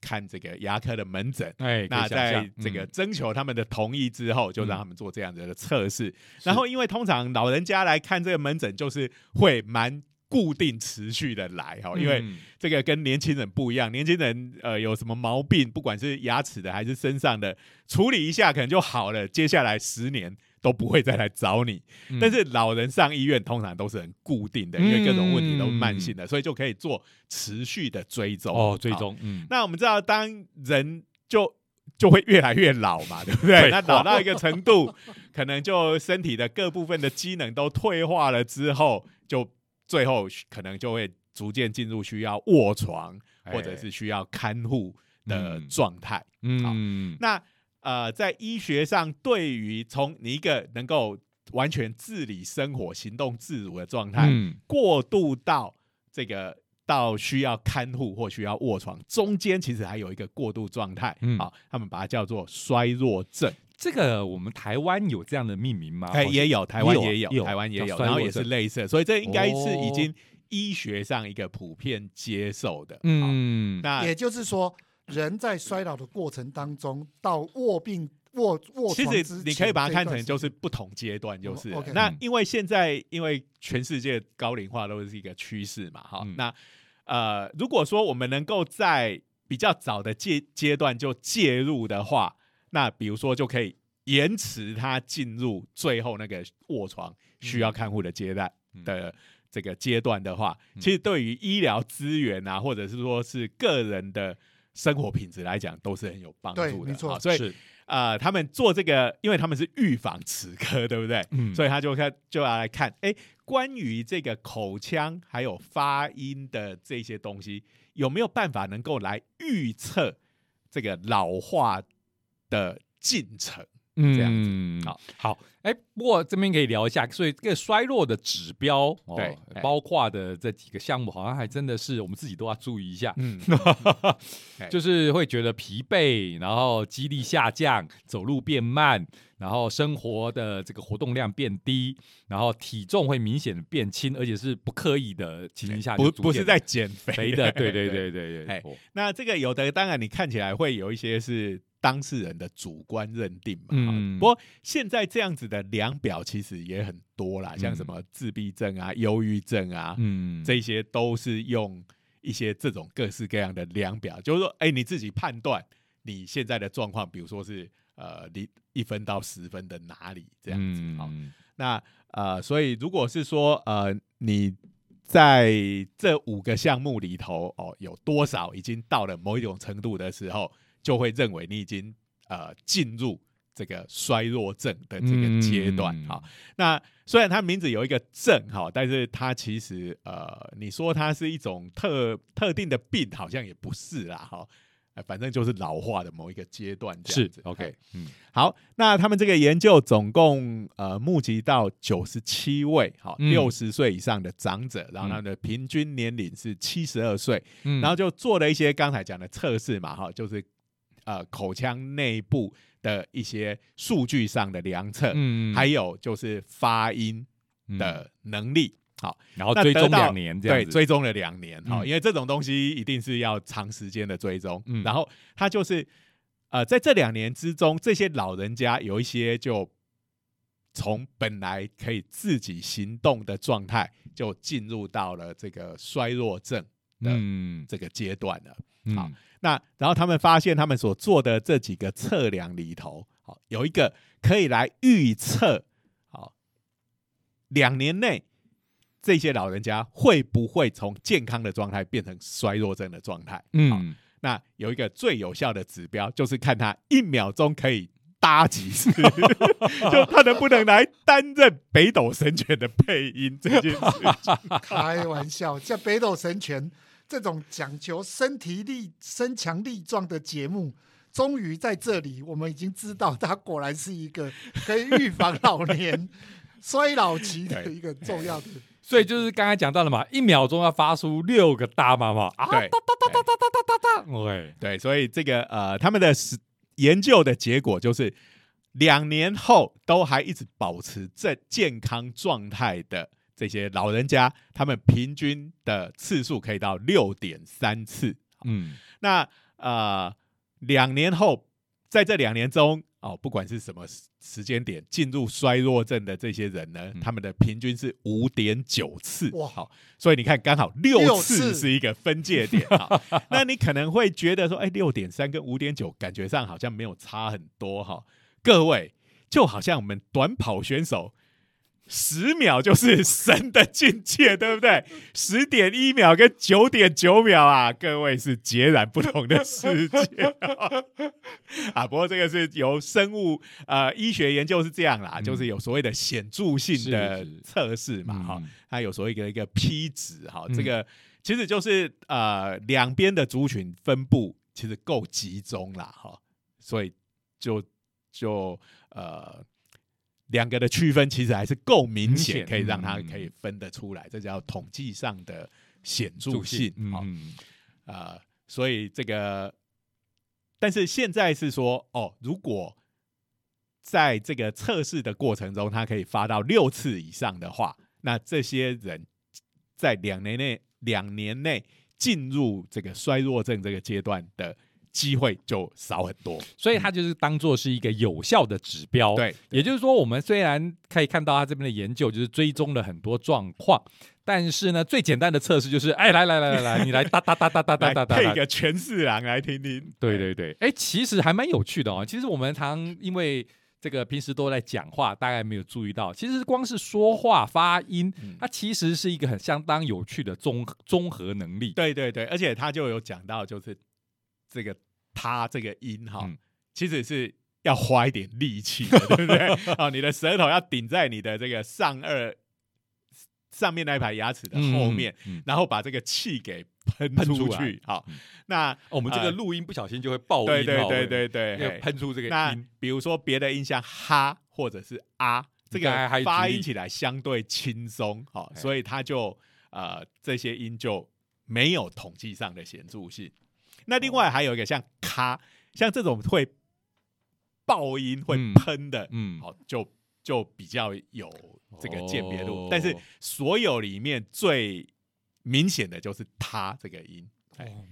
Speaker 1: 看这个牙科的门诊。
Speaker 2: 哎，可
Speaker 1: 那
Speaker 2: 以想象
Speaker 1: 在这个
Speaker 2: 嗯
Speaker 1: 征求他们的同意之后，就让他们做这样子的测试。然后，因为通常老人家来看这个门诊，就是会蛮固定持续的来哦，因为
Speaker 2: 嗯
Speaker 1: 这个跟年轻人不一样，年轻人呃有什么毛病，不管是牙齿的还是身上的，处理一下可能就好了，接下来十年都不会再来找你。
Speaker 2: 嗯
Speaker 1: 但是老人上医院通常都是很固定的，因为各种问题都是慢性的，所以就可以做持续的追踪。
Speaker 2: 嗯哦，最
Speaker 1: 好
Speaker 2: 终嗯，
Speaker 1: 那我们知道，当人就就会越来越老嘛，对不对？
Speaker 2: 废
Speaker 1: 那
Speaker 2: 话
Speaker 1: 老到一个程度，可能就身体的各部分的机能都退化了之后，就最后可能就会逐渐进入需要卧床
Speaker 2: 哎
Speaker 1: 或者是需要看护的
Speaker 2: 嗯
Speaker 1: 状态。好
Speaker 2: 嗯，
Speaker 1: 那呃，在医学上，对于从你一个能够完全自理生活、行动自如的状态，
Speaker 2: 嗯
Speaker 1: 过渡到这个到需要看护或需要卧床，中间其实还有一个过渡状态，
Speaker 2: 嗯
Speaker 1: 好，他们把它叫做衰弱症，
Speaker 2: 这个我们台湾有这样的命名吗？哦
Speaker 1: 哎、
Speaker 2: 好像
Speaker 1: 也有，台湾也
Speaker 2: 也有
Speaker 1: 有，台湾也
Speaker 2: 叫
Speaker 1: 有，
Speaker 2: 衰弱
Speaker 1: 然后也是
Speaker 2: 症
Speaker 1: 类似的，所以这应该是已
Speaker 2: 哦
Speaker 1: 经医学上一个普遍接受的，好，
Speaker 2: 嗯，
Speaker 1: 那
Speaker 3: 也就是说，人在衰老的过程当中，到卧病卧卧
Speaker 1: 其
Speaker 3: 床
Speaker 1: 实
Speaker 3: 之
Speaker 1: 你
Speaker 3: 前
Speaker 1: 可以把它
Speaker 3: 这一
Speaker 1: 看
Speaker 3: 段
Speaker 1: 成
Speaker 3: 时
Speaker 1: 就是
Speaker 3: 间
Speaker 1: 不同阶段，就是了、
Speaker 3: 哦，OK
Speaker 1: 那
Speaker 2: 嗯
Speaker 1: 因为现在因为全世界高龄化都是一个趋势嘛，哈、
Speaker 2: 嗯
Speaker 1: 那呃，如果说我们能够在比较早的阶阶段就介入的话，那比如说就可以延迟他进入最后那个卧床需要看护的阶段
Speaker 2: 嗯
Speaker 1: 的这个阶段的话，
Speaker 2: 嗯
Speaker 1: 其实对于医疗资源啊，或者是说是个人的生活品质来讲，都是很有帮
Speaker 3: 对
Speaker 1: 助的。
Speaker 3: 没错
Speaker 1: 好所以
Speaker 2: 是
Speaker 1: 呃，他们做这个，因为他们是预防齿科，对不对？
Speaker 2: 嗯
Speaker 1: 所以他就看就要来看，哎，关于这个口腔还有发音的这些东西，有没有办法能够来预测这个老化的进程？
Speaker 2: 这
Speaker 1: 这样子
Speaker 2: 嗯、
Speaker 1: 好，
Speaker 2: 好，哎、不过这边可以聊一下，所以这个衰落的指标，哦、
Speaker 1: 对哎
Speaker 2: 包括的这几个项目，好像还真的是我们自己都要注意一下，
Speaker 1: 嗯，哎
Speaker 2: 就是会觉得疲惫，然后肌力下降，走路变慢，然后生活的这个活动量变低，然后体重会明显的变轻，而且是不刻意的情形下就
Speaker 1: 不
Speaker 2: 逐
Speaker 1: 不是
Speaker 2: 渐
Speaker 1: 在减肥
Speaker 2: 肥的，对对对对对
Speaker 1: 哎，
Speaker 2: 哦
Speaker 1: 那这个有的当然你看起来会有一些是当事人的主观认定嘛，
Speaker 2: 嗯
Speaker 1: 嗯、不过现在这样子的量表其实也很多啦，像什么自闭症啊、忧郁症啊，
Speaker 2: 嗯，
Speaker 1: 这些都是用一些这种各式各样的量表，就是说，哎、你自己判断你现在的状况，比如说是呃离一分到十分的哪里这样子，好，
Speaker 2: 嗯
Speaker 1: 那呃，所以如果是说呃，你在这五个项目里头哦，有多少已经到了某一种程度的时候，就会认为你已经呃进入这个衰弱症的这个阶段
Speaker 2: 嗯
Speaker 1: 好，那虽然它名字有一个症哈，但是它其实呃，你说它是一种特特定的病，好像也不是啦哈。呃反正就是老化的某一个阶段这样
Speaker 2: 是
Speaker 1: 子。哎
Speaker 2: OK，嗯
Speaker 1: 好，那他们这个研究总共呃募集到九十七位好
Speaker 2: 嗯
Speaker 1: 六十岁以上的长者，然后他们的平均年龄是七十二岁，
Speaker 2: 嗯
Speaker 1: 然后就做了一些刚才讲的测试嘛哈，就是呃口腔内部的一些数据上的量测，
Speaker 2: 嗯
Speaker 1: 还有就是发音的能力。好，
Speaker 2: 然后
Speaker 1: 那
Speaker 2: 哦追
Speaker 1: 得
Speaker 2: 踪
Speaker 1: 到
Speaker 2: 两年这样
Speaker 1: 对，
Speaker 2: 子，
Speaker 1: 追踪了两年，好、
Speaker 2: 嗯
Speaker 1: 因为这种东西一定是要长时间的追踪，
Speaker 2: 嗯
Speaker 1: 然后他就是呃，在这两年之中，这些老人家有一些就从本来可以自己行动的状态，就进入到了这个衰弱症的
Speaker 2: 嗯
Speaker 1: 这个阶段了。
Speaker 2: 嗯
Speaker 1: 好那然后他们发现，他们所做的这几个测量里头，好有一个可以来预测，好两年内这些老人家会不会从健康的状态变成衰弱症的状态。好，
Speaker 2: 嗯，
Speaker 1: 那有一个最有效的指标，就是看他一秒钟可以。搭几次， 就他能不能来担任北斗神犬的配音这件事情？
Speaker 3: 开玩笑，像北斗神拳这种讲求身体力、身强力壮的节目，终于在这里我们已经知道，它果然是一个可以预防老 年衰老期的一个重要的。
Speaker 2: 所以就是刚才讲到了嘛，一秒钟要发出六个大妈妈啊，
Speaker 1: 对
Speaker 2: 哒哒哒哒哒哒哒哒哒，喂，
Speaker 1: 对，所以这个呃，他们的实研究的结果就是，两年后都还一直保持这健康状态的这些老人家，他们平均的次数可以到六点三次。
Speaker 2: 嗯
Speaker 1: 那呃，两年后，在这两年中，哦，不管是什么时时间点进入衰弱症的这些人呢，
Speaker 2: 嗯
Speaker 1: 他们的平均是五点九次。
Speaker 3: 哇
Speaker 1: 好，所以你看，刚好六
Speaker 3: 六
Speaker 1: 次
Speaker 3: 次
Speaker 1: 是一个分界点。 好，那你可能会觉得说，哎，六点三跟五点九感觉上好像没有差很多哈、各位，就好像我们短跑选手。十秒就是神的境界，对不对？十点一秒跟九点九秒啊，各位是截然不同的世界哦啊。不过这个是由生物呃医学研究是这样啦，
Speaker 2: 嗯
Speaker 1: 就是有所谓的显著性的
Speaker 2: 是是
Speaker 1: 测试嘛，哈、
Speaker 2: 嗯
Speaker 1: 它有所谓的一个 P 值哈，
Speaker 2: 嗯
Speaker 1: 这个其实就是呃两边的族群分布其实够集中啦哈，所以就就呃两个的区分其实还是够明
Speaker 2: 明
Speaker 1: 显，
Speaker 2: 显
Speaker 1: 可以让它
Speaker 2: 嗯
Speaker 1: 可以分得出来，这叫统计上的显著
Speaker 2: 助
Speaker 1: 性
Speaker 2: 兴，
Speaker 1: 好
Speaker 2: 嗯
Speaker 1: 呃，所以这个，但是现在是说，哦，如果在这个测试的过程中，它可以发到六次以上的话，那这些人在两年内两年内进入这个衰弱症这个阶段的机会就少很多。
Speaker 2: 所以它就是当做是一个有效的指标。，
Speaker 1: 对，
Speaker 2: 也就是说，我们虽然可以看到他这边的研究就是追踪了很多状况，但是呢，最简单的测试就是，哎，来来来来来，你来哒哒哒哒哒哒
Speaker 1: 来
Speaker 2: 哒哒
Speaker 1: 配一
Speaker 2: 哒。
Speaker 1: 个全四郎来听听。
Speaker 2: 对对对，哎，其实还蛮有趣的哦。其实我们常因为这个平时都在讲话，大概没有注意到，其实光是说话发音
Speaker 1: 嗯，
Speaker 2: 它其实是一个很相当有趣的综综合能力。
Speaker 1: 对对对，而且他就有讲到，就是这个他这个音哈，
Speaker 2: 嗯
Speaker 1: 其实是要花一点力气的，对不 对？哦，你的舌头要顶在你的这个上颚上面那一排牙齿的后面，
Speaker 2: 嗯，嗯
Speaker 1: 然后把这个气给喷
Speaker 2: 喷
Speaker 1: 出
Speaker 2: 出来
Speaker 1: 去。好
Speaker 2: 嗯，
Speaker 1: 那
Speaker 2: 哦我们这个
Speaker 1: 呃
Speaker 2: 录音不小心就会爆音哦，
Speaker 1: 对对
Speaker 2: 会
Speaker 1: 对对对，
Speaker 2: 要
Speaker 1: 嘿
Speaker 2: 喷出这个
Speaker 1: 那
Speaker 2: 音。
Speaker 1: 比如说别的音像哈或者是啊，这
Speaker 2: 你刚才还
Speaker 1: 个
Speaker 2: 举
Speaker 1: 发
Speaker 2: 例
Speaker 1: 音起来相对轻松，好、
Speaker 2: 哎
Speaker 1: 所以它就呃这些音就没有统计上的显著性。
Speaker 2: 哦
Speaker 1: 那另外还有一个像咔，像这种会爆音会
Speaker 2: 嗯
Speaker 1: 喷的，
Speaker 2: 嗯，
Speaker 1: 好、就就比较有这个鉴别度。
Speaker 2: 哦
Speaker 1: 但是所有里面最明显的就是它这个音，哎
Speaker 3: 哦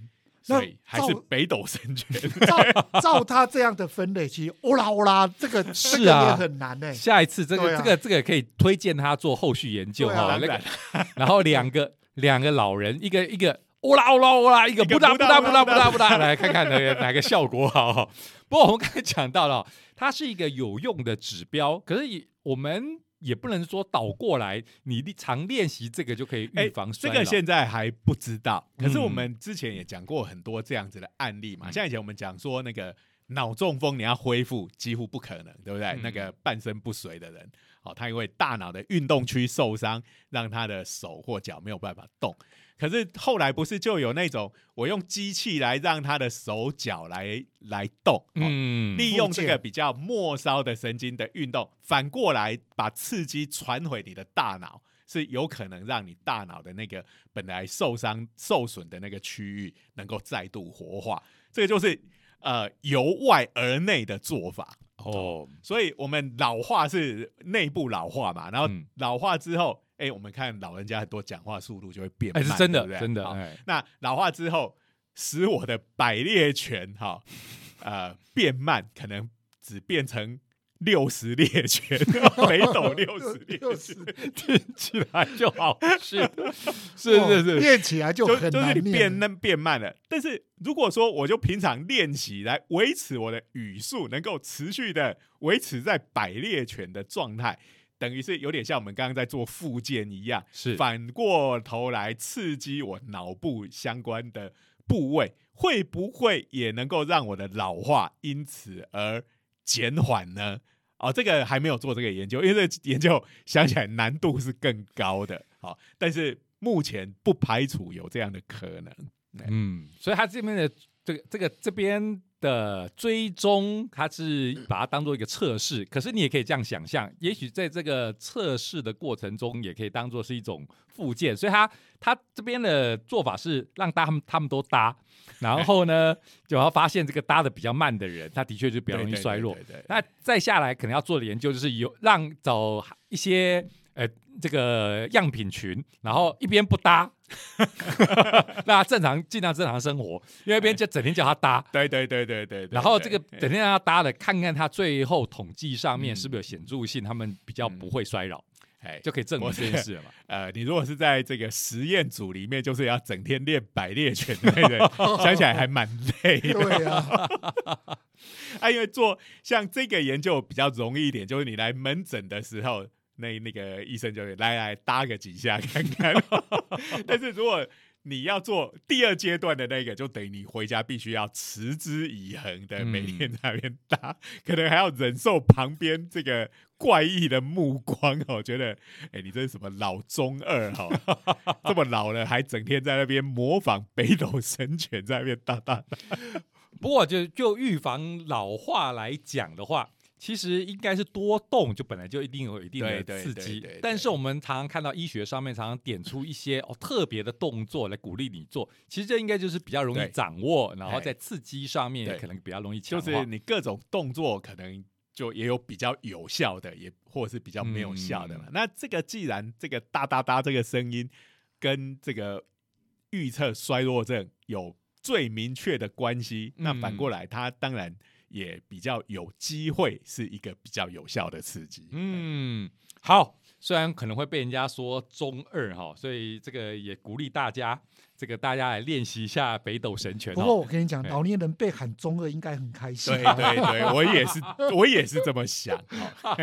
Speaker 3: 那
Speaker 1: 所以还是
Speaker 3: 照
Speaker 1: 北斗神拳。
Speaker 3: 照照他这样的分类，其实欧啦欧啦，这 个这
Speaker 2: 是
Speaker 3: 个也
Speaker 2: 啊
Speaker 3: 很难呢。
Speaker 2: 下一次这
Speaker 3: 对
Speaker 2: 个、
Speaker 3: 啊
Speaker 2: 这个这个可以推荐他做后续研究
Speaker 3: 对
Speaker 2: 哈、
Speaker 3: 啊
Speaker 1: 当
Speaker 2: 那
Speaker 1: 然
Speaker 2: 个，然后两个两个老人，一个一个欧啦欧啦欧啦，一个
Speaker 1: 一个
Speaker 2: 不
Speaker 1: 不
Speaker 2: 大不
Speaker 1: 大
Speaker 2: 大
Speaker 1: 不
Speaker 2: 不
Speaker 1: 大
Speaker 2: 大不大不大，来看看哪 个哪个效果好、哦。不过我们刚才讲到了哦，它是一个有用的指标，可是也我们也不能说倒过来，你常练习这个就可以
Speaker 1: 哎
Speaker 2: 预防
Speaker 1: 这
Speaker 2: 衰老。
Speaker 1: 个现在还不知道，可是我
Speaker 2: 嗯
Speaker 1: 们之前也讲过很多这样子的案例嘛。
Speaker 2: 嗯
Speaker 1: 像以前我们讲说那个脑中风，你要恢复几乎不可能，对不对？
Speaker 2: 嗯
Speaker 1: 那个半身不遂的人，哦，他因为大脑的运动区受伤，让他的手或脚没有办法动。可是后来不是就有那种我用机器来让他的手脚来来动，哦
Speaker 2: 嗯，
Speaker 1: 利
Speaker 3: 附
Speaker 1: 用这个
Speaker 3: 件
Speaker 1: 比较末梢的神经的运动，反过来把刺激传回你的大脑，是有可能让你大脑的那个本来受伤受损的那个区域能够再度活化。这个就是呃由外而内的做法。
Speaker 2: 哦，
Speaker 1: 所以我们老化是内部老化嘛，然后
Speaker 2: 嗯
Speaker 1: 老化之后，哎、我们看老人家很多讲话速度就会变
Speaker 2: 哎、
Speaker 1: 慢，
Speaker 2: 是真
Speaker 1: 对
Speaker 2: 的
Speaker 1: 不对哦
Speaker 2: 真的，
Speaker 1: 好
Speaker 2: 哎，
Speaker 1: 那老化之后，使我的百裂拳哈、呃变慢，可能只变成六十列拳， 北斗六十列
Speaker 3: 六十
Speaker 1: 拳，
Speaker 2: 听起 来就好是是是
Speaker 3: 哦
Speaker 2: 是，
Speaker 3: 练起来就
Speaker 1: 就
Speaker 3: 很
Speaker 1: 就是
Speaker 3: 难
Speaker 1: 你变
Speaker 3: 念了。
Speaker 1: 嫩变慢了。但是如果说我就平常练习来维持我的语速，能够持续的维持在百列拳的状态。等于是有点像我们刚刚在做复健一样，
Speaker 2: 是
Speaker 1: 反过头来刺激我脑部相关的部位，会不会也能够让我的老化因此而减缓呢？哦，这个还没有做这个研究，因为这个研究想起来难度是更高的。好、但是目前不排除有这样的可能。
Speaker 2: 嗯，所以他这边的这个这个这边的追踪，他是把它当做一个测试。可是你也可以这样想象，也许在这个测试的过程中，也可以当做是一种附件。所以他他这边的做法是让大家他们他们都搭，然后呢，就要发现这个搭的比较慢的人，他的确就比较容易
Speaker 1: 对对
Speaker 2: 衰弱
Speaker 1: 对。对对
Speaker 2: 那再下来可能要做的研究就是有让找一些呃这个样品群，然后一边不搭， 那正常尽量正常生活，因为一边就整天叫他搭。
Speaker 1: 对对对对对对
Speaker 2: 然后这个
Speaker 1: 对嗯
Speaker 2: 整天让他搭的，看看他最后统计上面是不是有显著性，他们比较不会衰老，
Speaker 1: 哎，
Speaker 2: 就可以证明这件事了嘛。
Speaker 1: 呃，你如果是在这个实验组里面，就是要整天练百列拳的那种， 想起来还蛮累的。
Speaker 3: 对啊，
Speaker 1: 啊，因为做像这个研究比较容易一点，就是你来门诊的时候，那那个医生就会来来搭个几下看看。 但是如果你要做第二阶段的那个，就等于你回家必须要持之以恒的
Speaker 2: 嗯
Speaker 1: 每天在那边搭，可能还要忍受旁边这个怪异的目光哦，觉得哎、你这是什么老中二哦， 这么老了还整天在那边模仿北斗神拳在那边搭搭搭，
Speaker 2: 不过就就预防老化来讲的话，其实应该是多动，就本来就一定有一定的
Speaker 1: 对对
Speaker 2: 刺
Speaker 1: 对
Speaker 2: 激
Speaker 1: 对对。
Speaker 2: 但是我们常常看到医学上面常常点出一些哦特别的动作来鼓励你做，其实这应该就是比较容易
Speaker 1: 对
Speaker 2: 掌握，然后
Speaker 1: 嘿
Speaker 2: 在刺激上面
Speaker 1: 对
Speaker 2: 可能比较容易强
Speaker 1: 就
Speaker 2: 化。
Speaker 1: 是你各种动作可能就也有比较有效的，也或者是比较没有效的嘛。
Speaker 2: 嗯
Speaker 1: 那这个既然这个哒哒哒这个声音跟这个预测衰弱症有最明确的关系，那反
Speaker 2: 嗯
Speaker 1: 过来，它当然也比较有机会是一个比较有效的刺激。
Speaker 2: 嗯，好，虽然可能会被人家说中二哈，所以这个也鼓励大家，这个大家来练习一下北斗神拳
Speaker 3: 不过
Speaker 2: 哦。
Speaker 3: 我跟你讲，
Speaker 2: 哎
Speaker 3: 老年人被喊中二应该很开心
Speaker 1: 对。对对，我也是， 我也是这么想。好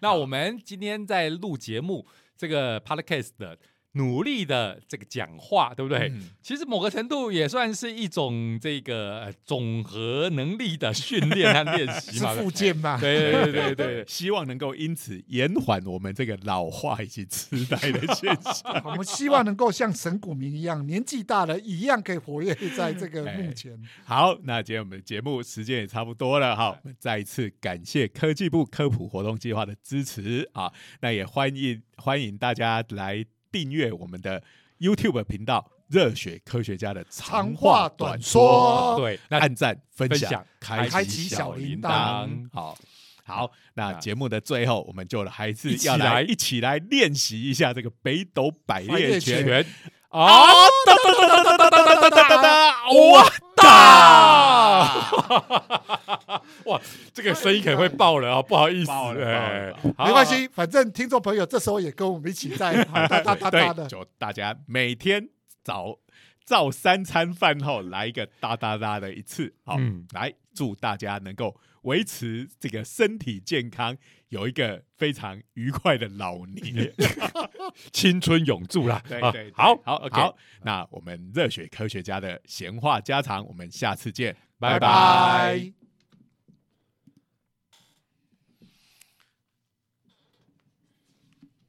Speaker 2: 那我们今天在录节目这个 podcast 的努力的这个讲话，对不对？
Speaker 1: 嗯
Speaker 2: 其实某个程度也算是一种这个呃总和能力的训练和练习
Speaker 3: 是
Speaker 2: 嘛。
Speaker 3: 附件嘛？
Speaker 2: 对对对对对，
Speaker 1: 希望能够因此延缓我们这个老化以及痴呆的现象。
Speaker 3: 我们希望能够像神谷明一样，年纪大了一样可以活跃在这 个
Speaker 1: 哎
Speaker 3: 幕前。
Speaker 1: 好，那今天我们的节目时间也差不多了哈，我们再一次感谢科技部科普活动计划的支持啊，那也欢迎欢迎大家来订阅我们的 YouTube 频道《热血科学家的长话短说》，
Speaker 2: 对，那
Speaker 1: 按赞、分
Speaker 2: 分
Speaker 1: 享
Speaker 2: 享、
Speaker 1: 开
Speaker 2: 开
Speaker 1: 启
Speaker 3: 启
Speaker 1: 小
Speaker 3: 小
Speaker 1: 铃
Speaker 3: 铃
Speaker 1: 铛
Speaker 2: 铛，
Speaker 1: 好。好，那
Speaker 2: 那
Speaker 1: 节目的最后，我们就还是
Speaker 2: 一起
Speaker 1: 要来
Speaker 2: 来
Speaker 1: 一起来练习一下这个北斗百
Speaker 3: 百
Speaker 1: 裂
Speaker 3: 裂
Speaker 1: 拳
Speaker 3: 拳
Speaker 2: 拳啊，
Speaker 1: 哒哒哒哒，哇哒！
Speaker 2: 哇，这个声音可能会爆了啊，不好意思，
Speaker 1: 爆了
Speaker 2: 哎
Speaker 1: 爆
Speaker 2: 好
Speaker 3: 没关系，反正听众朋友这时候也跟我们一起在 哒哒哒哒
Speaker 1: 对，
Speaker 3: 的。
Speaker 1: 就大家每天早照三餐饭后来一个哒哒哒的一次，好，
Speaker 2: 嗯
Speaker 1: 来祝大家能够维持这个身体健康，有一个非常愉快的老年。
Speaker 2: 青春永驻啦，
Speaker 1: 对
Speaker 2: 啊
Speaker 1: 对对
Speaker 2: 好
Speaker 1: 好
Speaker 2: OK
Speaker 1: 好，那我们热血科学家的闲话家常，我们下次见，
Speaker 2: 拜
Speaker 3: 拜。